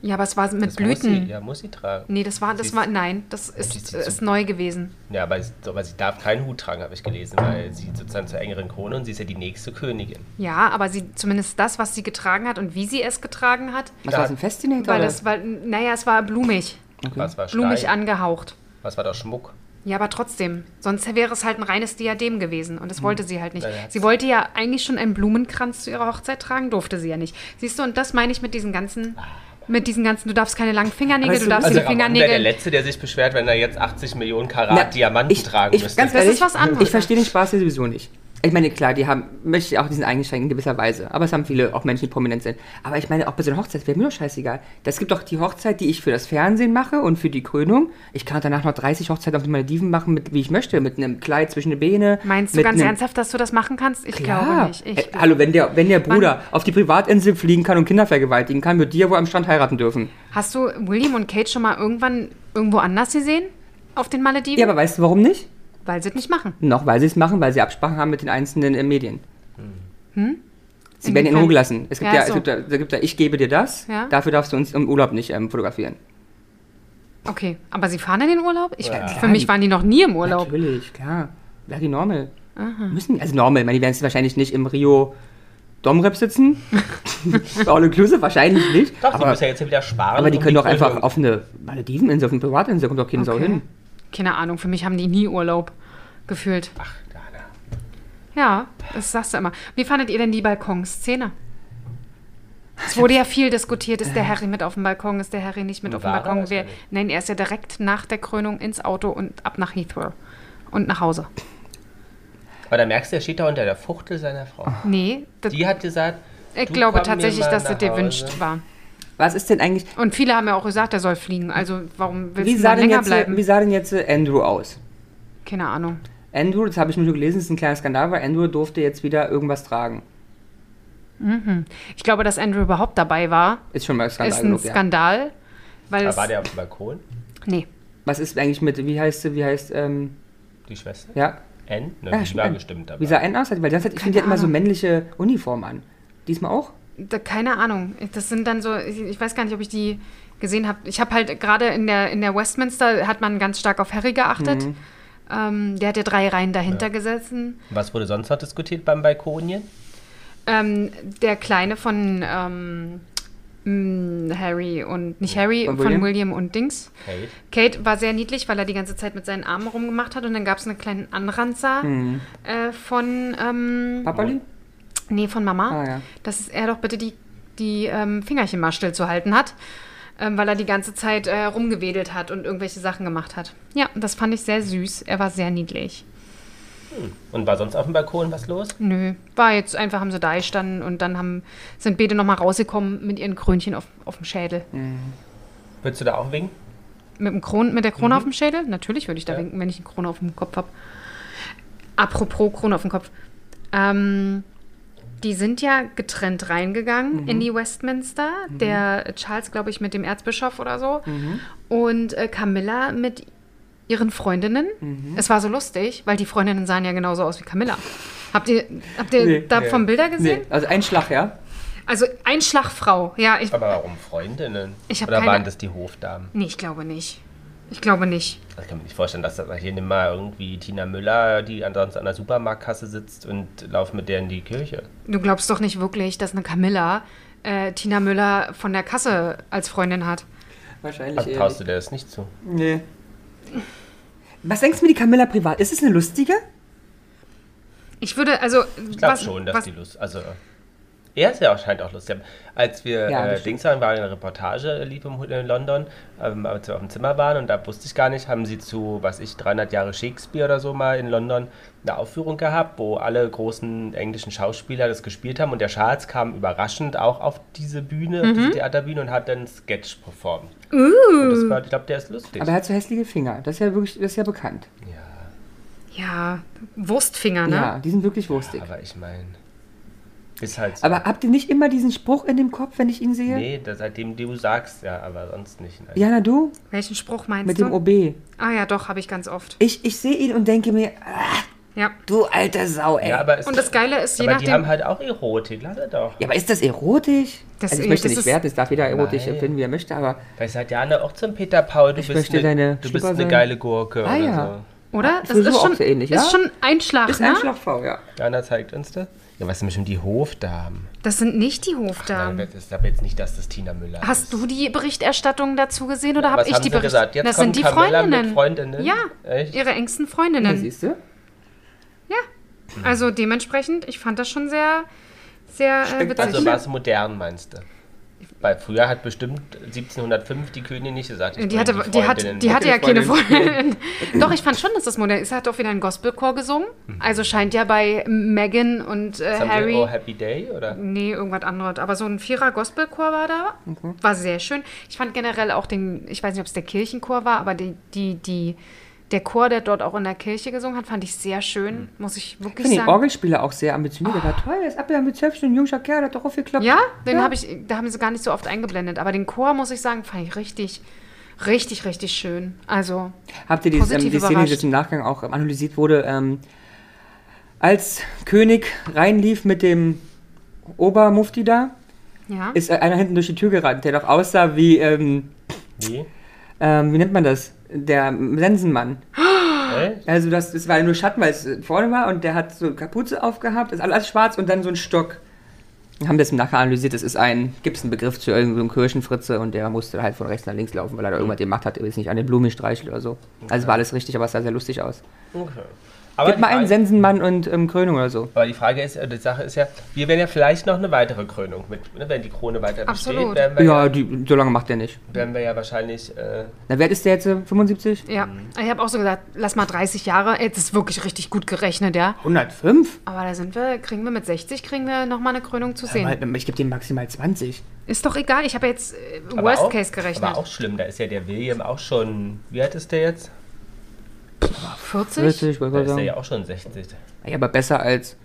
Speaker 1: Ja, aber es war mit
Speaker 2: Das
Speaker 1: Blüten.
Speaker 2: Muss sie, ja, muss sie tragen.
Speaker 1: Nee, das war, das
Speaker 2: Sie-
Speaker 1: war, nein, das
Speaker 2: sie
Speaker 1: ist,
Speaker 2: sieht
Speaker 1: ist
Speaker 2: so-
Speaker 1: neu gewesen.
Speaker 2: Ja, aber, sie- aber sie darf keinen Hut tragen, habe ich gelesen, weil sie sozusagen zur engeren Krone und sie ist ja die nächste Königin.
Speaker 1: Ja, aber sie, zumindest das, was sie getragen hat und wie sie es getragen hat,
Speaker 3: Was war das, ein Festinator?
Speaker 1: weil
Speaker 3: oder?
Speaker 1: das, weil, naja, es war blumig,
Speaker 2: Was war Stein?
Speaker 1: blumig angehaucht.
Speaker 2: Was war der Schmuck?
Speaker 1: Ja, aber trotzdem. Sonst wäre es halt ein reines Diadem gewesen.
Speaker 3: Hm.
Speaker 1: Und das wollte sie halt nicht.
Speaker 2: Ja, ja.
Speaker 1: Sie wollte ja eigentlich schon einen Blumenkranz zu ihrer Hochzeit tragen, durfte sie ja nicht. Siehst du, und das meine ich mit diesen ganzen, mit diesen ganzen, du darfst keine langen Fingernägel,
Speaker 3: Weißt
Speaker 1: du
Speaker 3: du,
Speaker 1: darfst
Speaker 2: Also
Speaker 1: die
Speaker 2: am Ende der
Speaker 1: Fingernägel.
Speaker 2: Letzte, der sich beschwert, wenn er jetzt 80 Millionen Karat
Speaker 3: Na,
Speaker 2: Diamanten
Speaker 3: ich-
Speaker 2: tragen
Speaker 3: ich-
Speaker 2: müsste.
Speaker 3: ganz
Speaker 1: Das ist
Speaker 3: ehrlich,
Speaker 1: was anderes.
Speaker 3: Ich verstehe den Spaß hier sowieso nicht. Ich meine, klar, die haben, möchte ich auch diesen eingeschränkt in gewisser Weise. Aber es haben viele, auch Menschen, die prominent sind. Aber ich meine, auch bei so einer Hochzeit wäre mir doch scheißegal. Das gibt doch die Hochzeit, die ich für das Fernsehen mache und für die Krönung. Ich kann danach noch 30 Hochzeiten auf den Malediven machen, mit, wie ich möchte. Mit einem Kleid zwischen den Beine.
Speaker 1: Meinst du
Speaker 3: mit
Speaker 1: ganz
Speaker 3: einem-
Speaker 1: ernsthaft, dass du das machen kannst? Ich
Speaker 3: Klar.
Speaker 1: glaube nicht.
Speaker 3: Äh,
Speaker 1: Ich,
Speaker 3: hallo, wenn der, wenn der
Speaker 1: Wann-
Speaker 3: Bruder auf die Privatinsel fliegen kann und Kinder vergewaltigen kann, wird die ja wohl am Strand heiraten dürfen.
Speaker 1: Hast du William und Kate schon mal irgendwann irgendwo anders gesehen? Auf den Malediven?
Speaker 3: Ja, aber weißt du, warum nicht?
Speaker 1: Weil sie es nicht machen.
Speaker 3: Noch, weil sie es machen, weil sie Absprachen haben mit den einzelnen äh, Medien. Sie werden in
Speaker 1: Hm? Inwiefern?
Speaker 3: Ruhe gelassen. Es gibt
Speaker 1: Ja,
Speaker 3: ja,
Speaker 1: so.
Speaker 3: es gibt da, da gibt da, ich gebe dir das,
Speaker 1: Ja.
Speaker 3: dafür darfst du uns im Urlaub nicht ähm, fotografieren.
Speaker 1: Okay, aber sie fahren in den Urlaub? Ich,
Speaker 2: Ja.
Speaker 1: Für mich waren die noch nie im Urlaub.
Speaker 3: Natürlich, klar. Ja, die Normal. Müssen, also Normal, ich meine, die werden jetzt wahrscheinlich nicht im Rio
Speaker 1: <laughs>
Speaker 3: Domrep sitzen. All inclusive, wahrscheinlich nicht.
Speaker 2: Doch, die
Speaker 3: aber,
Speaker 2: müssen ja jetzt wieder sparen.
Speaker 3: aber die
Speaker 2: um
Speaker 3: können doch einfach
Speaker 2: Krönung.
Speaker 3: auf eine Malediveninsel, auf eine Privatinsel, kommt doch keine Sau
Speaker 1: Okay.
Speaker 3: hin.
Speaker 1: Keine Ahnung, für mich haben die nie Urlaub gefühlt.
Speaker 2: Ach, Dana.
Speaker 1: Ja, das sagst du immer. Wie fandet ihr denn die Balkonszene? Es wurde ja viel diskutiert, ist der Harry mit auf dem Balkon, ist der Harry nicht mit auf dem
Speaker 2: Äh. War er
Speaker 1: Balkon?
Speaker 2: oder
Speaker 1: Wer,
Speaker 2: ist er nicht?
Speaker 1: nein, er ist ja direkt nach der Krönung ins Auto und ab nach Heathrow und nach Hause.
Speaker 2: Aber da merkst du, er steht da unter der Fuchtel seiner Frau.
Speaker 3: <laughs>
Speaker 1: Nee, das,
Speaker 2: Die hat gesagt,
Speaker 1: ich
Speaker 2: du
Speaker 1: glaube
Speaker 2: komm mir
Speaker 1: tatsächlich,
Speaker 2: mal
Speaker 1: dass
Speaker 2: nach
Speaker 1: das dir
Speaker 2: Hause.
Speaker 1: wünscht war.
Speaker 3: Was ist denn eigentlich,
Speaker 1: Und viele haben ja auch gesagt, er soll fliegen. Also warum willst
Speaker 3: wie
Speaker 1: du
Speaker 3: sah,
Speaker 1: dann
Speaker 3: denn
Speaker 1: länger
Speaker 3: jetzt, äh,
Speaker 1: bleiben?
Speaker 3: wie sah denn jetzt äh, Andrew aus?
Speaker 1: Keine Ahnung.
Speaker 3: Andrew, das habe ich nur so gelesen, das ist ein kleiner Skandal, weil Andrew durfte jetzt wieder irgendwas tragen.
Speaker 1: Ich glaube, dass Andrew überhaupt dabei war,
Speaker 3: Ist schon mal ein Skandal
Speaker 1: ist ein
Speaker 3: genug, ja.
Speaker 1: Skandal. Weil
Speaker 2: Da
Speaker 1: es,
Speaker 2: war der auf dem Balkon,
Speaker 1: nee,
Speaker 3: Was ist eigentlich mit, wie heißt sie, wie heißt, ähm,
Speaker 2: die Schwester.
Speaker 3: ja,
Speaker 2: N? Ne,
Speaker 3: Ja,
Speaker 2: die
Speaker 3: stimmt,
Speaker 2: war
Speaker 3: N.
Speaker 2: bestimmt dabei.
Speaker 3: wie sah N aus? Weil das hat, ich finde, die hat immer so
Speaker 1: Ahnung.
Speaker 3: männliche Uniformen an. Diesmal auch?
Speaker 1: da, keine Ahnung. Das sind dann so, ich, ich weiß gar nicht, ob ich die gesehen habe. Ich habe halt gerade in der, in der Westminster, hat man ganz stark auf Harry geachtet.
Speaker 3: Mhm.
Speaker 1: Ähm, der hat ja drei Reihen dahinter gesessen.
Speaker 2: Was wurde sonst noch diskutiert beim Balkonien?
Speaker 1: Ähm, der Kleine von ähm, mh, Harry und, nicht Harry,
Speaker 3: Von
Speaker 1: von
Speaker 3: William?
Speaker 1: William und Dings.
Speaker 2: Kate?
Speaker 1: Kate war sehr niedlich, weil er die ganze Zeit mit seinen Armen rumgemacht hat und dann gab es einen kleinen Anranzer
Speaker 3: Mhm.
Speaker 1: äh, von, ähm,
Speaker 3: Papali?
Speaker 1: nee, von Mama,
Speaker 3: Ah, ja.
Speaker 1: dass er doch bitte die, die ähm, Fingerchen mal stillzuhalten hat, ähm, weil er die ganze Zeit äh, rumgewedelt hat und irgendwelche Sachen gemacht hat. Ja, das fand ich sehr süß. Er war sehr niedlich.
Speaker 2: Und war sonst auf dem Balkon was los?
Speaker 1: Nö, war jetzt einfach, haben sie da gestanden und dann haben, sind beide nochmal rausgekommen mit ihren Krönchen auf, auf dem Schädel.
Speaker 2: Würdest du da auch winken?
Speaker 1: Mit, dem Kron mit der Krone
Speaker 3: Mhm.
Speaker 1: auf dem Schädel? Natürlich würde ich da winken, wenn ich eine Krone auf dem Kopf habe. Apropos Krone auf dem Kopf. Ähm, die sind ja getrennt reingegangen
Speaker 3: Mhm.
Speaker 1: in die Westminster. Der Charles, glaube ich, mit dem Erzbischof oder so.
Speaker 3: Mhm.
Speaker 1: Und äh, Camilla mit ihren Freundinnen.
Speaker 3: Mhm.
Speaker 1: Es war so lustig, weil die Freundinnen sahen ja genauso aus wie Camilla. Habt ihr, habt ihr
Speaker 3: Nee.
Speaker 1: davon Bilder
Speaker 3: Nee,
Speaker 1: gesehen?
Speaker 3: also ein Schlag, ja?
Speaker 1: Also ein Schlagfrau. Ja, ich,
Speaker 2: Aber warum Freundinnen?
Speaker 1: Ich hab
Speaker 2: Oder
Speaker 1: keine-
Speaker 2: waren das die Hofdamen?
Speaker 1: nee, ich glaube nicht. Ich glaube nicht.
Speaker 2: Ich kann mir nicht vorstellen, dass das hier nimm mal irgendwie Tina Müller, die ansonsten an der Supermarktkasse sitzt und lauf mit der in die Kirche.
Speaker 1: Du glaubst doch nicht wirklich, dass eine Camilla äh, Tina Müller von der Kasse als Freundin hat.
Speaker 3: Wahrscheinlich
Speaker 2: Also traust du dir das nicht zu?
Speaker 3: Nee. Was denkst du mir, die Camilla privat? Ist es eine lustige?
Speaker 1: Ich würde, also.
Speaker 2: Ich glaube schon, dass die Lust. Also, er ist ja auch, scheint auch Lust zu haben. Als wir
Speaker 3: Ja, das
Speaker 2: äh,
Speaker 3: stimmt.
Speaker 2: Dings waren, war eine Reportage, äh, lief im, Hotel in London, ähm, als wir auf dem Zimmer waren und da wusste ich gar nicht, haben sie zu, was ich, 300 Jahre Shakespeare oder so mal in London eine Aufführung gehabt, wo alle großen englischen Schauspieler das gespielt haben und der Charles kam überraschend auch auf diese Bühne, auf
Speaker 3: Mhm.
Speaker 2: diese Theaterbühne und hat dann einen Sketch performt. Und das war, ich glaube, der ist lustig.
Speaker 3: Uh. Aber er hat so hässliche Finger. Das ist ja wirklich, das ist ja bekannt.
Speaker 1: Ja, Wurstfinger, ne?
Speaker 3: Ja, die sind wirklich wurstig.
Speaker 2: Aber ich meine, ist halt so.
Speaker 3: Aber habt ihr nicht immer diesen Spruch in dem Kopf, wenn ich ihn sehe?
Speaker 2: nee, das, seitdem du sagst, ja, aber sonst nicht. ne? Nein.
Speaker 3: Jana, du?
Speaker 1: Welchen Spruch meinst
Speaker 3: Mit
Speaker 1: du?
Speaker 3: dem OB.
Speaker 1: ah ja, doch, habe ich ganz oft.
Speaker 3: Ich, ich sehe ihn und denke mir, ah,
Speaker 1: Ja.
Speaker 3: du alter Sau, ey.
Speaker 2: Ja, aber es-
Speaker 1: Und das Geile ist, je
Speaker 2: aber die
Speaker 1: nachdem.
Speaker 2: haben halt auch Erotik, lass es doch.
Speaker 3: Ja, aber ist das erotisch?
Speaker 1: Das-
Speaker 3: also ich möchte
Speaker 1: das
Speaker 3: nicht
Speaker 1: ist-
Speaker 3: werten, es darf jeder erotisch
Speaker 2: Nein.
Speaker 3: empfinden, wie er möchte, aber
Speaker 2: Weil seit Jahren auch zum Peter Paul, du
Speaker 3: Ich
Speaker 2: bist,
Speaker 3: möchte
Speaker 2: eine,
Speaker 3: deine
Speaker 2: du bist
Speaker 3: Stripper
Speaker 2: eine
Speaker 3: sein.
Speaker 2: geile Gurke
Speaker 3: Ah,
Speaker 2: oder
Speaker 3: ja.
Speaker 1: Oder? Das
Speaker 3: Ich versuche
Speaker 1: ist
Speaker 3: auch
Speaker 1: schon,
Speaker 3: so ähnlich,
Speaker 1: ist
Speaker 3: ja?
Speaker 1: schon ein Schlag,
Speaker 3: ist
Speaker 1: ne?
Speaker 3: ein Schlagfrau, ja.
Speaker 2: so. Jana zeigt uns das. Ja, was sind bestimmt die Hofdamen?
Speaker 1: Das sind nicht die
Speaker 2: Nein,
Speaker 1: Hofdamen.
Speaker 2: das ist aber jetzt nicht, dass das Tina Müller ist.
Speaker 1: Hast du die Berichterstattung dazu gesehen oder
Speaker 2: Was
Speaker 1: habe ich
Speaker 2: haben
Speaker 1: die
Speaker 2: sie gesagt?
Speaker 1: Berichterstattung?
Speaker 2: Jetzt
Speaker 1: Das
Speaker 2: kommen
Speaker 1: sind die
Speaker 2: Camilla mit
Speaker 1: Freundinnen.
Speaker 2: Freundinnen?
Speaker 1: Ja,
Speaker 2: Echt?
Speaker 1: ihre engsten
Speaker 3: Ja,
Speaker 1: Freundinnen.
Speaker 3: siehst du?
Speaker 1: Ja. Also dementsprechend, ich fand das schon sehr, sehr äh, witzig.
Speaker 2: Also war es modern, meinst du? Weil früher hat bestimmt 1705 die Königin nicht gesagt. ich
Speaker 1: die
Speaker 2: bring
Speaker 1: hatte, die,
Speaker 2: Freundinnen
Speaker 1: hat, die
Speaker 2: mit.
Speaker 1: hatte ja
Speaker 3: Freundin.
Speaker 1: keine Freundin. <laughs> Doch, ich fand schon, dass das modern ist. Er hat auch wieder einen Gospelchor gesungen. Also scheint ja bei Meghan und äh,
Speaker 2: Haben wir
Speaker 1: Harry.
Speaker 2: Oh Happy Day oder?
Speaker 1: Nee, irgendwas anderes. Aber so ein vierer Gospelchor war da. War sehr schön. Ich fand generell auch den, ich weiß nicht, ob es der Kirchenchor war, aber die, die, die, der Chor, der dort auch in der Kirche gesungen hat, fand ich sehr schön. Muss Mhm. ich
Speaker 3: Ich
Speaker 1: wirklich
Speaker 3: finde den
Speaker 1: sagen. Ah.
Speaker 3: Orgelspieler auch sehr ambitioniert. Der war toll, der ist abwehrambitioniert, ein junger Kerl, der hat doch aufgeklappt.
Speaker 1: Ja, den habe ich, da haben sie gar nicht so oft eingeblendet. Aber den Chor, muss ich sagen, fand ich richtig, richtig, richtig schön. Also,
Speaker 3: Habt ihr die, ähm,
Speaker 1: positiv
Speaker 3: die Szene, die
Speaker 1: überrascht.
Speaker 3: jetzt im Nachgang auch ähm, analysiert wurde, ähm, als König reinlief mit dem Obermufti da,
Speaker 1: ja.
Speaker 3: ist äh, einer hinten durch die Tür gerannt, der doch aussah wie, ähm,
Speaker 2: Wie?
Speaker 3: ähm, wie nennt man das? Der Sensenmann.
Speaker 1: Ah.
Speaker 2: Echt?
Speaker 3: Also das, das war nur Schatten, weil es äh, vorne war und der hat so eine Kapuze aufgehabt, ist alles schwarz und dann so ein Stock. Wir haben das im Nachhinein analysiert, das ist ein, gibt es einen Begriff zu irgendeinem Kirchenfritze und der musste halt von rechts nach links laufen, weil er da irgendwas gemacht hat, ist nicht an den Blumen streichelt oder so. Also war alles richtig, aber es sah sehr lustig aus.
Speaker 2: Okay. Aber
Speaker 3: Gib mal
Speaker 2: die
Speaker 3: einen
Speaker 2: Frage-
Speaker 3: Sensenmann und ähm, Krönung oder so.
Speaker 2: Aber die Frage ist, äh, die Sache ist ja, wir werden ja vielleicht noch eine weitere Krönung mit, ne? wenn die Krone weiter besteht,
Speaker 1: Absolut.
Speaker 2: werden wir ja,
Speaker 3: Ja, die, so lange macht der nicht.
Speaker 2: werden wir ja wahrscheinlich äh,
Speaker 3: Na, wer ist der jetzt? äh, 75?
Speaker 1: Ja,
Speaker 2: Mhm.
Speaker 1: ich habe auch so gesagt, lass mal 30 Jahre. Jetzt ist wirklich richtig gut gerechnet, ja.
Speaker 3: 105?
Speaker 1: Aber da sind wir, kriegen wir mit 60, kriegen wir nochmal eine Krönung zu sehen.
Speaker 2: halt
Speaker 3: Aber Ich gebe dem maximal 20.
Speaker 1: Ist doch egal, ich habe jetzt äh,
Speaker 2: aber
Speaker 1: Worst
Speaker 2: auch,
Speaker 1: Case gerechnet.
Speaker 2: Aber auch schlimm, da ist ja der William auch schon, wie alt ist der jetzt?
Speaker 1: 40?
Speaker 3: 40, wollte
Speaker 2: Da
Speaker 3: ich
Speaker 2: ist er ja
Speaker 3: sagen.
Speaker 2: auch schon 60.
Speaker 3: Ja, aber besser als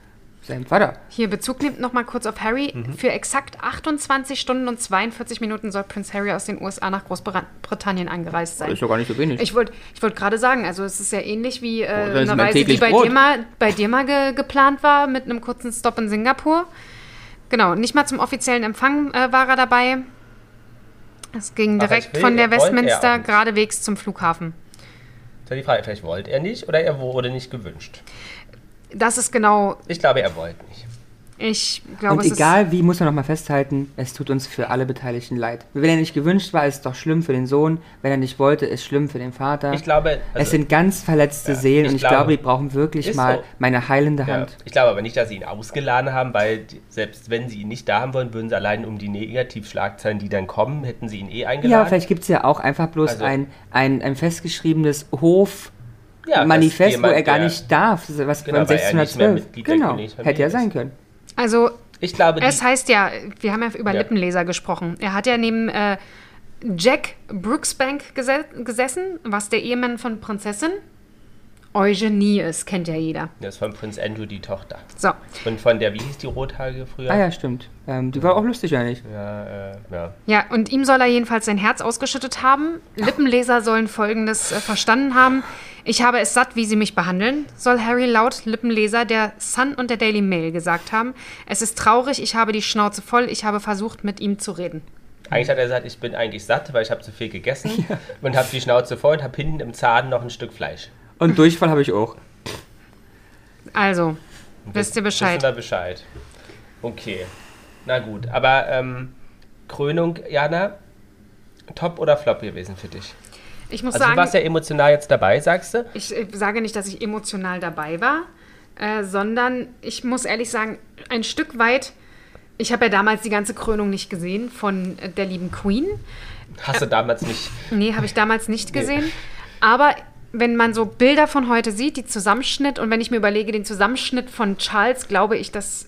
Speaker 3: sein Vater.
Speaker 1: Hier, Bezug nimmt nochmal kurz auf Harry.
Speaker 2: Mhm.
Speaker 1: Für exakt 28 Stunden und 42 Minuten soll Prinz Harry aus den USA nach Großbritannien angereist sein.
Speaker 3: Ist doch gar nicht so wenig.
Speaker 1: Ich wollte ich wollt gerade sagen, also es ist ja ähnlich wie äh,
Speaker 3: das ist
Speaker 1: eine
Speaker 3: mein
Speaker 1: Reise, die
Speaker 3: täglich
Speaker 1: bei
Speaker 3: Brot.
Speaker 1: dir, mal, bei dir mal ge geplant war, mit einem kurzen Stop in Singapur. Genau, nicht mal zum offiziellen Empfang äh, war er dabei. Es ging
Speaker 2: Aber
Speaker 1: direkt
Speaker 2: ich will-
Speaker 1: von der
Speaker 2: wollte er auch
Speaker 1: Westminster
Speaker 2: nicht.
Speaker 1: geradewegs zum Flughafen.
Speaker 2: Ist ja die Frage, vielleicht wollte er nicht oder er wurde nicht gewünscht.
Speaker 1: Das ist genau,
Speaker 2: Ich glaube, er wollte nicht.
Speaker 1: ich glaube,
Speaker 3: und
Speaker 1: es
Speaker 3: egal wie, muss man nochmal festhalten, es tut uns für alle Beteiligten leid. Wenn er nicht gewünscht war, ist es doch schlimm für den Sohn. Wenn er nicht wollte, ist es schlimm für den Vater.
Speaker 2: Ich glaube, also-
Speaker 3: es sind ganz verletzte Seelen
Speaker 2: ich
Speaker 3: und ich
Speaker 2: glaube-
Speaker 3: glaube, die brauchen wirklich
Speaker 2: Ist
Speaker 3: mal
Speaker 2: so.
Speaker 3: meine heilende
Speaker 2: Ja.
Speaker 3: Hand.
Speaker 2: Ich glaube aber nicht, dass sie ihn ausgeladen haben, weil die, selbst wenn sie ihn nicht da haben wollen, würden sie allein um die Negativschlagzeilen, die dann kommen, hätten sie ihn eh
Speaker 3: Ja,
Speaker 2: eingeladen.
Speaker 3: vielleicht gibt es ja auch einfach bloß
Speaker 2: Also-
Speaker 3: ein, ein, ein festgeschriebenes Hof.
Speaker 2: Ja, dass
Speaker 3: Manifest, wo
Speaker 2: jemand,
Speaker 3: er gar
Speaker 2: der-
Speaker 3: nicht darf, was
Speaker 2: Genau,
Speaker 3: beim
Speaker 2: weil er nicht mehr
Speaker 3: 1612.
Speaker 2: Mitglied der
Speaker 3: Genau,
Speaker 2: Königlichen
Speaker 3: hätte
Speaker 2: Familie
Speaker 3: ja sein
Speaker 2: ist.
Speaker 3: können.
Speaker 1: ist. Also
Speaker 2: Ich glaube, die,
Speaker 1: Es heißt ja, wir haben ja über
Speaker 2: Ja.
Speaker 1: Lippenleser gesprochen. Er hat ja neben äh, Jack Brooksbank gese gesessen, was der Ehemann von Prinzessin Eugenie ist, kennt ja jeder.
Speaker 2: das ist von Prinz Andrew die Tochter.
Speaker 1: So,
Speaker 2: Und von der, wie hieß die Rothaarige früher?
Speaker 3: Ah ja, stimmt. Ähm, die war auch lustig eigentlich.
Speaker 2: Ja, äh, ja.
Speaker 1: ja, und ihm soll er jedenfalls sein Herz ausgeschüttet haben. Lippenleser sollen Folgendes äh, verstanden haben. Ich habe es satt, wie sie mich behandeln, soll Harry laut Lippenleser der Sun und der Daily Mail gesagt haben. Es ist traurig, ich habe die Schnauze voll, ich habe versucht, mit ihm zu reden.
Speaker 2: Eigentlich hat er gesagt, ich bin eigentlich satt, weil ich habe zu viel
Speaker 1: <laughs>
Speaker 2: gegessen und habe die Schnauze voll und habe hinten im Zaden noch ein Stück Fleisch.
Speaker 3: Und Durchfall habe ich auch.
Speaker 1: Also, wisst ihr Bescheid.
Speaker 2: Wissen wir Bescheid. Okay. Na gut, aber ähm, Krönung, Jana, top oder flop gewesen für dich?
Speaker 1: Ich muss
Speaker 2: Also du
Speaker 1: sagen,
Speaker 2: warst ja emotional jetzt dabei, sagst du?
Speaker 1: Ich äh, sage nicht, dass ich emotional dabei war. äh, sondern ich muss ehrlich sagen, ein Stück weit, ich habe ja damals die ganze Krönung nicht gesehen von äh, der lieben Queen.
Speaker 2: Hast du damals nicht.
Speaker 1: Nee, habe ich damals nicht gesehen. Aber wenn man so Bilder von heute sieht, die Zusammenschnitt, und wenn ich mir überlege, den Zusammenschnitt von Charles, glaube ich, dass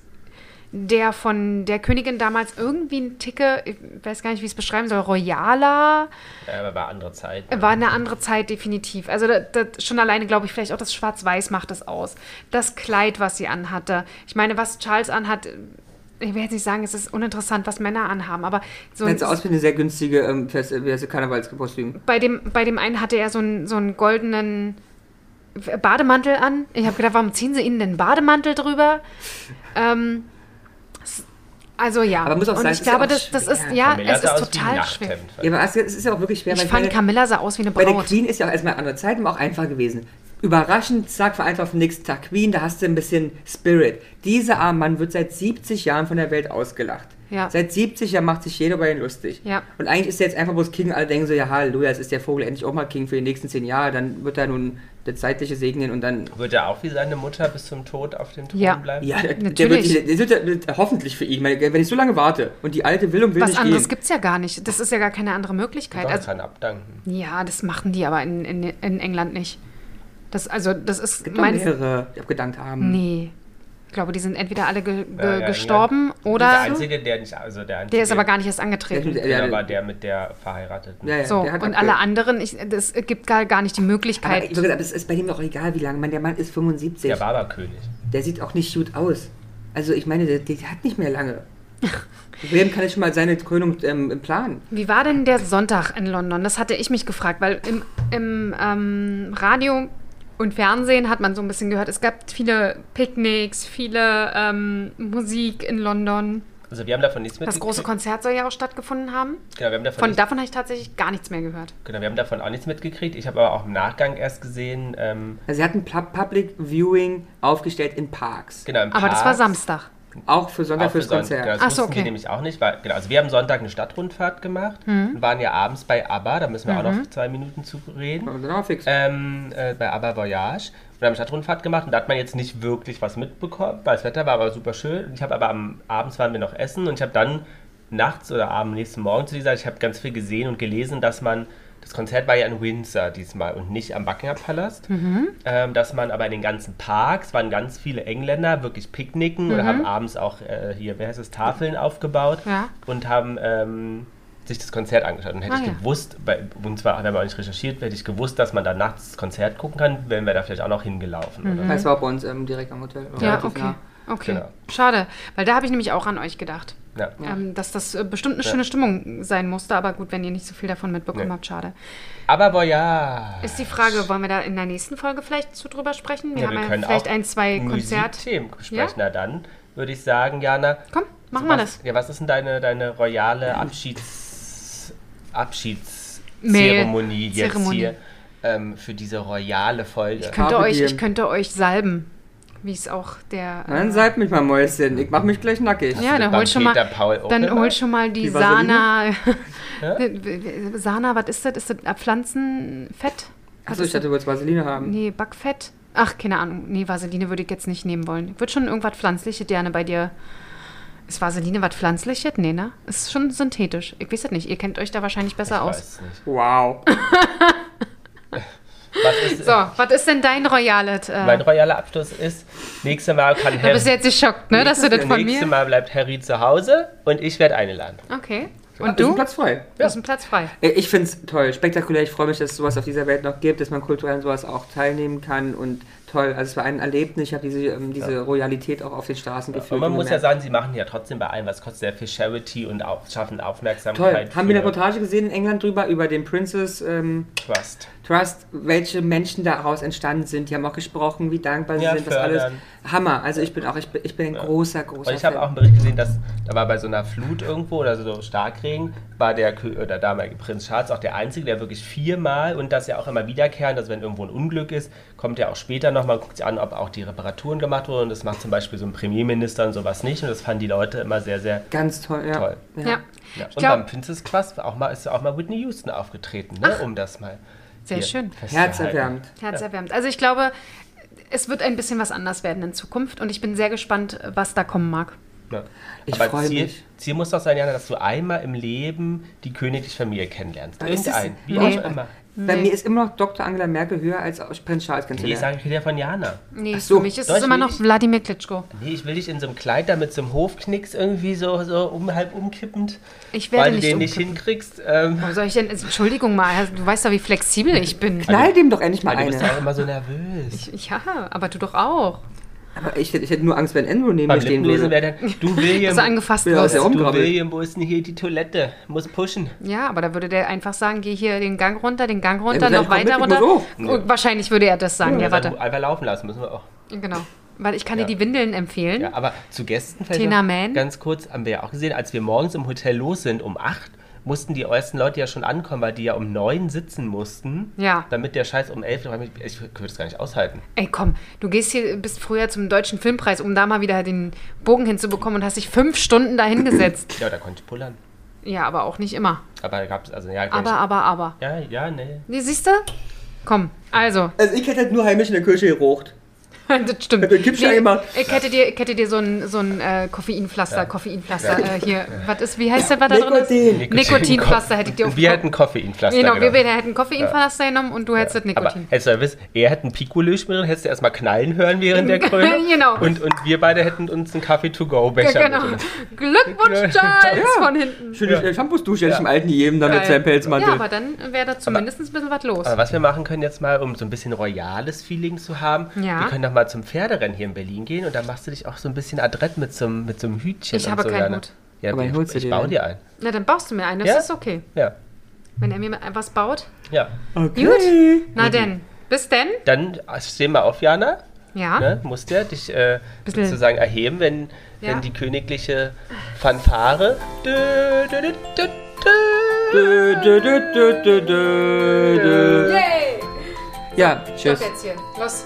Speaker 1: der von der Königin damals irgendwie ein Ticke, ich weiß gar nicht, wie ich es beschreiben soll, royaler,
Speaker 2: Ja, äh, aber war andere Zeit.
Speaker 1: war eine andere Zeit definitiv. Also da- da- schon alleine glaube ich, vielleicht auch das Schwarz-Weiß macht das aus. Das Kleid, was sie anhatte. Ich meine, was Charles anhat, ich will jetzt nicht sagen, es ist uninteressant, was Männer anhaben, aber so ein,
Speaker 3: Sieht so aus wie eine sehr günstige ähm, Fest, äh, wie heißt das, Karnevalskostüm.
Speaker 1: bei dem, bei dem einen hatte er so einen, so einen goldenen Bademantel an. Ich habe gedacht, warum ziehen sie ihnen den Bademantel drüber? Ähm, s- also ja.
Speaker 3: Aber muss auch
Speaker 1: Und ich
Speaker 3: sagen, es ist
Speaker 1: glaube,
Speaker 3: auch
Speaker 1: das, das ist
Speaker 3: schwer.
Speaker 1: ja,
Speaker 2: Camilla
Speaker 1: es
Speaker 2: sah
Speaker 1: ist
Speaker 2: aus wie ein
Speaker 1: total
Speaker 2: Nachthemd.
Speaker 1: schwer.
Speaker 3: Ja, aber es ist ja auch wirklich schwer.
Speaker 1: Ich
Speaker 3: weil
Speaker 1: fand,
Speaker 3: meine-
Speaker 1: Camilla sah aus wie eine
Speaker 3: Bei der
Speaker 1: Braut.
Speaker 3: Queen ist ja auch erstmal eine andere Zeit, aber auch einfach gewesen. Überraschend, zack, vereinfacht auf den nächsten Tag Queen, da hast du ein bisschen Spirit. Dieser arme Mann wird seit 70 Jahren von der Welt ausgelacht.
Speaker 1: Ja.
Speaker 3: Seit 70 Jahren macht sich jeder über ihn lustig.
Speaker 1: Ja.
Speaker 3: Und eigentlich ist er jetzt einfach bloß King, alle denken so, ja halleluja, jetzt ist der Vogel endlich auch mal King für die nächsten 10 Jahre, dann wird er nun der zeitliche segnen und dann...
Speaker 2: Wird er auch wie seine Mutter bis zum Tod auf dem Thron
Speaker 1: Ja.
Speaker 2: bleiben?
Speaker 3: Ja, der, der wird,
Speaker 1: Natürlich.
Speaker 3: der, der wird, der hoffentlich für ihn, weil, wenn ich so lange warte und die alte will und will
Speaker 1: Was
Speaker 3: nicht
Speaker 1: anderes
Speaker 3: gehen.
Speaker 1: gibt es ja gar nicht. Das ist ja gar keine andere Möglichkeit.
Speaker 2: Doch,
Speaker 1: Also,
Speaker 2: kann abdanken.
Speaker 1: ja, das machen die aber in, in, in England nicht. Das, also, das ist
Speaker 3: Gibt doch
Speaker 1: meines.
Speaker 3: mehrere, die abgedankt haben.
Speaker 1: Nee. Ich glaube, die sind entweder alle ge ge
Speaker 2: Ja, ja, England-
Speaker 1: gestorben
Speaker 2: Der
Speaker 1: oder.
Speaker 2: einzige, der nicht, also der einzige,
Speaker 1: Der ist aber gar nicht erst angetreten.
Speaker 3: Der-
Speaker 2: der
Speaker 3: der-
Speaker 2: war der mit der verheirateten.
Speaker 3: Ja, ja,
Speaker 1: So,
Speaker 3: der hat
Speaker 1: und
Speaker 3: abge-
Speaker 1: alle anderen, ich, das gibt gar, gar nicht die
Speaker 3: Aber
Speaker 1: Möglichkeit.
Speaker 3: ich gesagt, es ist bei dem auch egal, wie lange. Man, der Mann ist 75.
Speaker 2: Der war aber König.
Speaker 3: der sieht auch nicht gut aus. Also ich meine, der, der hat nicht mehr lange. Wem kann ich schon mal seine Krönung ähm, planen?
Speaker 1: Wie war denn der Sonntag in London? Das hatte ich mich gefragt, weil im, im ähm, Radio und Fernsehen hat man so ein bisschen gehört, es gab viele Picknicks, viele ähm, Musik in London.
Speaker 2: Also wir haben davon nichts
Speaker 1: Das
Speaker 2: mitgekriegt.
Speaker 1: große Konzert soll ja auch stattgefunden haben.
Speaker 2: Genau, wir haben davon,
Speaker 1: Von
Speaker 2: nicht,
Speaker 1: davon habe ich tatsächlich gar nichts mehr gehört.
Speaker 2: genau, wir haben davon auch nichts mitgekriegt. Ich habe aber auch im Nachgang erst gesehen, ähm,
Speaker 3: Also er hat ein Pub- Public Viewing aufgestellt in Parks.
Speaker 2: genau im
Speaker 1: Aber das war
Speaker 2: Park,
Speaker 1: Samstag.
Speaker 3: Auch für Sonntag
Speaker 2: Auch für
Speaker 3: fürs
Speaker 2: Sonntag.
Speaker 3: Konzert.
Speaker 2: Genau, das
Speaker 1: Ach so,
Speaker 2: wussten
Speaker 1: okay.
Speaker 2: wir nämlich auch nicht. Weil, genau, also wir haben Sonntag eine Stadtrundfahrt gemacht
Speaker 1: Hm.
Speaker 2: und waren ja abends bei ABBA, da müssen wir
Speaker 1: Mhm.
Speaker 2: auch noch zwei Minuten zu reden.
Speaker 3: Und dann auch genau, fix.
Speaker 2: Ähm, äh, bei ABBA Voyage und haben Stadtrundfahrt gemacht und da hat man jetzt nicht wirklich was mitbekommen, weil das Wetter war aber super schön. Ich habe aber am abends waren wir noch essen und ich habe dann nachts oder am nächsten Morgen zu dieser, ich habe ganz viel gesehen und gelesen, dass man das Konzert war ja in Windsor diesmal und nicht am Buckingham Palast, ähm, dass man aber in den ganzen Parks waren ganz viele Engländer wirklich picknicken oder haben abends auch äh, hier, wer heißt es, Tafeln aufgebaut
Speaker 1: Ja.
Speaker 2: und haben ähm, sich das Konzert angeschaut. Und hätte
Speaker 1: Ah,
Speaker 2: ich
Speaker 1: ja.
Speaker 2: gewusst, bei uns war, haben wir auch nicht recherchiert, hätte ich gewusst, dass man da nachts das Konzert gucken kann, wären wir da vielleicht auch noch hingelaufen.
Speaker 1: Hm.
Speaker 2: Oder?
Speaker 3: Das war bei uns ähm, direkt am Hotel.
Speaker 1: Ja,
Speaker 3: Relativ
Speaker 1: okay.
Speaker 3: nah.
Speaker 1: Okay.
Speaker 2: Genau.
Speaker 1: Schade, weil da habe ich nämlich auch an euch gedacht.
Speaker 2: Ja.
Speaker 1: Ähm, dass das äh, bestimmt eine schöne Stimmung sein musste, aber gut, wenn ihr nicht so viel davon mitbekommen
Speaker 2: Nee.
Speaker 1: habt, schade.
Speaker 2: Aber Voyage.
Speaker 1: Ist die Frage, wollen wir da in der nächsten Folge vielleicht zu drüber sprechen? Wir
Speaker 2: Ja,
Speaker 1: haben
Speaker 2: wir
Speaker 1: ja
Speaker 2: können
Speaker 1: vielleicht
Speaker 2: auch
Speaker 1: ein, zwei Konzert.
Speaker 2: Musikthemen besprechen. Na dann würde ich sagen, Jana.
Speaker 1: Komm, machen wir
Speaker 2: was,
Speaker 1: das.
Speaker 2: Ja, was ist denn deine, deine royale Abschieds, Abschiedszeremonie
Speaker 1: Mail-
Speaker 2: jetzt
Speaker 1: Zeremonie.
Speaker 2: hier ähm, für diese royale Folge?
Speaker 1: Ich könnte
Speaker 3: Carpe
Speaker 1: euch,
Speaker 3: diem.
Speaker 1: ich könnte euch salben, wie es auch der. äh,
Speaker 3: Dann seid mich mal Mäuschen. Ich mach mich gleich nackig.
Speaker 1: ja, dann
Speaker 2: beim
Speaker 1: hol schon mal,
Speaker 2: Peter Paul auch
Speaker 1: dann
Speaker 2: gemacht.
Speaker 1: hol schon mal die,
Speaker 3: Die
Speaker 1: Sana. <laughs>
Speaker 3: Vaseline?
Speaker 1: Sana, was ist das? Ist das Pflanzenfett? Was ist
Speaker 3: Achso, ich
Speaker 1: das?
Speaker 3: dachte, du wolltest Vaseline haben.
Speaker 1: Nee, Backfett. Ach, keine Ahnung. Nee, Vaseline würde ich jetzt nicht nehmen wollen. Ich würde schon irgendwas Pflanzliches gerne bei dir. Ist Vaseline was Pflanzliches? Nee, ne? Ist schon synthetisch. Ich weiß das nicht. Ihr kennt euch da wahrscheinlich besser
Speaker 2: Ich
Speaker 1: aus.
Speaker 2: weiß nicht.
Speaker 3: Wow.
Speaker 2: Was ist,
Speaker 1: So, was ist denn dein Royalet? Äh,
Speaker 2: Mein royaler Abschluss ist, nächstes Mal kann
Speaker 1: du
Speaker 2: Harry.
Speaker 1: bist jetzt geschockt, ne, dass du das von
Speaker 2: Nächstes
Speaker 1: mir.
Speaker 2: Mal bleibt Harry zu Hause und ich werde eingeladen.
Speaker 1: Okay.
Speaker 3: Und
Speaker 1: Und
Speaker 3: Ist ein
Speaker 1: du?
Speaker 3: Platz frei.
Speaker 1: Du hast einen Platz frei.
Speaker 3: Äh, Ich finde es toll, spektakulär. Ich freue mich, dass es sowas auf dieser Welt noch gibt, dass man kulturell an sowas auch teilnehmen kann und toll. Also es war ein Erlebnis. Ich habe diese, ähm, diese Royalität auch auf den Straßen gefühlt.
Speaker 2: Und man
Speaker 3: und
Speaker 2: muss ja sagen,
Speaker 3: gemerkt.
Speaker 2: sie machen ja trotzdem bei allem, was kostet sehr viel Charity und auch schaffen
Speaker 3: Toll.
Speaker 2: Aufmerksamkeit.
Speaker 3: Haben wir eine
Speaker 2: für
Speaker 3: Reportage gesehen in England drüber, über den Princess ähm,
Speaker 2: Trust.
Speaker 3: Trust, welche Menschen daraus entstanden sind. Die haben auch gesprochen, wie dankbar sie
Speaker 2: Ja,
Speaker 3: sind, das alles.
Speaker 2: fördern.
Speaker 3: Hammer. Also ich bin auch, ich bin, ich bin ein großer, großer
Speaker 2: Und ich habe auch einen Bericht gesehen, dass da war bei so einer Flut irgendwo oder so Starkregen, war der Kö- oder damalige Prinz Charles auch der Einzige, der wirklich viermal und das ja auch immer wiederkehrend, dass wenn irgendwo ein Unglück ist, kommt er auch später nochmal und guckt sich an, ob auch die Reparaturen gemacht wurden. Und das macht zum Beispiel so ein Premierminister und sowas nicht. Und das fanden die Leute immer sehr, sehr
Speaker 3: Ganz toll, ja.
Speaker 2: Toll.
Speaker 1: Ja.
Speaker 2: Ja,
Speaker 1: Ich
Speaker 2: und beim
Speaker 1: glaube,
Speaker 2: Princess Quest war auch mal, ist ja auch mal Whitney Houston aufgetreten, ne? um das mal.
Speaker 1: sehr
Speaker 2: hier
Speaker 1: schön.
Speaker 2: festzuhalten.
Speaker 3: Herzerwärmend.
Speaker 1: Herzerwärmend. Also ich glaube, es wird ein bisschen was anders werden in Zukunft und ich bin sehr gespannt, was da kommen mag.
Speaker 2: Ja.
Speaker 3: Ich
Speaker 2: Aber
Speaker 3: freu
Speaker 2: Ziel,
Speaker 3: mich.
Speaker 2: Ziel muss doch sein, Jana, dass du einmal im Leben die königliche Familie kennenlernst.
Speaker 3: Da ist es-
Speaker 2: Irgendein, wie
Speaker 1: Nee.
Speaker 2: auch immer.
Speaker 3: Bei mir ist immer noch Dr. Angela Merkel höher als Prinz Charles
Speaker 2: Nee,
Speaker 3: kennenzulernen.
Speaker 2: sag ich wieder von Jana.
Speaker 1: Nee,
Speaker 3: Ach so,
Speaker 1: für mich ist es
Speaker 2: Deutsch
Speaker 1: immer
Speaker 2: will
Speaker 1: noch
Speaker 2: ich-
Speaker 1: Wladimir Klitschko.
Speaker 2: Nee, ich will dich in so einem Kleid da mit so einem Hofknicks irgendwie so, so um, halb umkippend,
Speaker 1: Ich werde
Speaker 2: weil du
Speaker 1: nicht
Speaker 2: den nicht
Speaker 1: umkippen.
Speaker 2: hinkriegst. Ähm,
Speaker 1: Warum soll ich denn? also, Entschuldigung mal, du weißt ja, wie flexibel ich bin.
Speaker 3: Knall dem doch endlich mal
Speaker 2: weil du bist
Speaker 3: eine.
Speaker 2: ja auch immer so nervös.
Speaker 1: Ja, aber du doch auch.
Speaker 3: Aber ich, hätte- ich hätte nur Angst, wenn Andrew neben
Speaker 2: Beim
Speaker 3: mir stehen
Speaker 2: Lippenlesen
Speaker 3: würde.
Speaker 2: wäre dann,
Speaker 3: <laughs>
Speaker 2: du
Speaker 1: Dass er
Speaker 2: William,
Speaker 1: angefasst
Speaker 3: Ja,
Speaker 1: wird.
Speaker 3: sehr
Speaker 2: du
Speaker 3: umgrabbelt.
Speaker 2: William, wo ist denn hier die Toilette? Muss pushen.
Speaker 1: Ja, aber da würde der einfach sagen, geh hier den Gang runter, den Gang runter,
Speaker 3: Ja,
Speaker 1: noch
Speaker 3: ich komm
Speaker 1: weiter
Speaker 3: mit, ich
Speaker 1: runter.
Speaker 3: muss
Speaker 1: Und wahrscheinlich würde er das sagen. Ja,
Speaker 2: Oder dann
Speaker 1: warte.
Speaker 2: Einfach laufen lassen müssen wir auch.
Speaker 1: Genau. Weil ich kann
Speaker 2: Ja.
Speaker 1: dir die Windeln empfehlen.
Speaker 2: Ja, aber zu Gästen vielleicht
Speaker 1: Tina
Speaker 2: noch
Speaker 1: Man.
Speaker 2: ganz kurz, haben wir ja auch gesehen, als wir morgens im Hotel los sind um 8, mussten die ersten Leute ja schon ankommen, weil die ja um 9 sitzen mussten.
Speaker 1: Ja.
Speaker 2: Damit der Scheiß um 11 noch- ich würde es gar nicht aushalten.
Speaker 1: Ey, komm, du gehst hier bis früher zum Deutschen Filmpreis, um da mal wieder den Bogen hinzubekommen und hast dich fünf Stunden
Speaker 2: <coughs>
Speaker 1: dahingesetzt.
Speaker 2: Ja, da konnte ich pullern.
Speaker 1: Ja, aber auch nicht immer.
Speaker 2: Aber da gab es, also ja,
Speaker 1: Aber, aber, aber.
Speaker 2: ich, ja, ja, nee.
Speaker 1: Nee, siehst du? Komm, also, <laughs>
Speaker 3: Also ich hätte halt nur heimisch in der Kirche gerocht.
Speaker 1: das stimmt.
Speaker 3: Mit Kippstein gemacht.
Speaker 1: ich hätte dir, ich hätte dir so ein, so ein äh, Koffeinpflaster, Koffeinpflaster äh, hier, was ist, wie heißt der, was da drin ist?
Speaker 3: Nikotin.
Speaker 1: Nikotinpflaster hätte ich dir auf
Speaker 2: Wir hätten Koffeinpflaster
Speaker 1: Genau, wir
Speaker 2: genommen.
Speaker 1: beide hätten Koffeinpflaster genommen und du hättest das
Speaker 2: Aber <laughs>
Speaker 1: Nikotin.
Speaker 2: hättest du ja wissen, er hätte einen Pico-Lösch drin, hättest du erstmal knallen hören
Speaker 1: <laughs>
Speaker 2: während der Krönung.
Speaker 1: Genau.
Speaker 2: Und, und wir beide hätten uns einen Kaffee-to-go-Becher
Speaker 1: Ja, genau.
Speaker 2: mit uns.
Speaker 1: Glückwunsch, Charles, von hinten.
Speaker 3: Schöne ja. Shampoos-Dusche hätte ich im alten jedem dann mit
Speaker 1: Geil.
Speaker 3: seinem Pelzmantel.
Speaker 1: Ja, aber dann wäre da zumindest ein bisschen was los.
Speaker 2: Aber was wir machen können jetzt mal, um so ein bisschen royales Feeling zu haben,
Speaker 1: Ja.
Speaker 2: wir können doch mal zum Pferderennen hier in Berlin gehen und dann machst du dich auch so ein bisschen adrett mit so, einem- mit so einem Hütchen.
Speaker 1: Ich
Speaker 2: und
Speaker 1: habe
Speaker 2: so,
Speaker 1: keinen
Speaker 2: Jana.
Speaker 1: Hut.
Speaker 2: Ja,
Speaker 3: Aber
Speaker 2: ich,
Speaker 3: holst du
Speaker 2: ich
Speaker 3: dir
Speaker 2: baue
Speaker 3: einen?
Speaker 2: dir einen.
Speaker 1: Na, dann baust du mir eine,
Speaker 2: Ja?
Speaker 1: das ist okay.
Speaker 2: Ja,
Speaker 1: Wenn er mir was baut.
Speaker 2: ja.
Speaker 3: okay.
Speaker 1: Na denn, bis denn.
Speaker 2: Dann äh, steh mal auf, Jana.
Speaker 1: Ja,
Speaker 2: Ne? Musst ja dich äh,
Speaker 1: Bisschen.
Speaker 2: sozusagen erheben, wenn,
Speaker 1: Ja.
Speaker 2: wenn die königliche Fanfare. Dö, dö, dö, dö, dö.
Speaker 3: Dö, dö, dö, dö, dö, dö, dö. Ja, tschüss.
Speaker 1: jetzt hier. Los.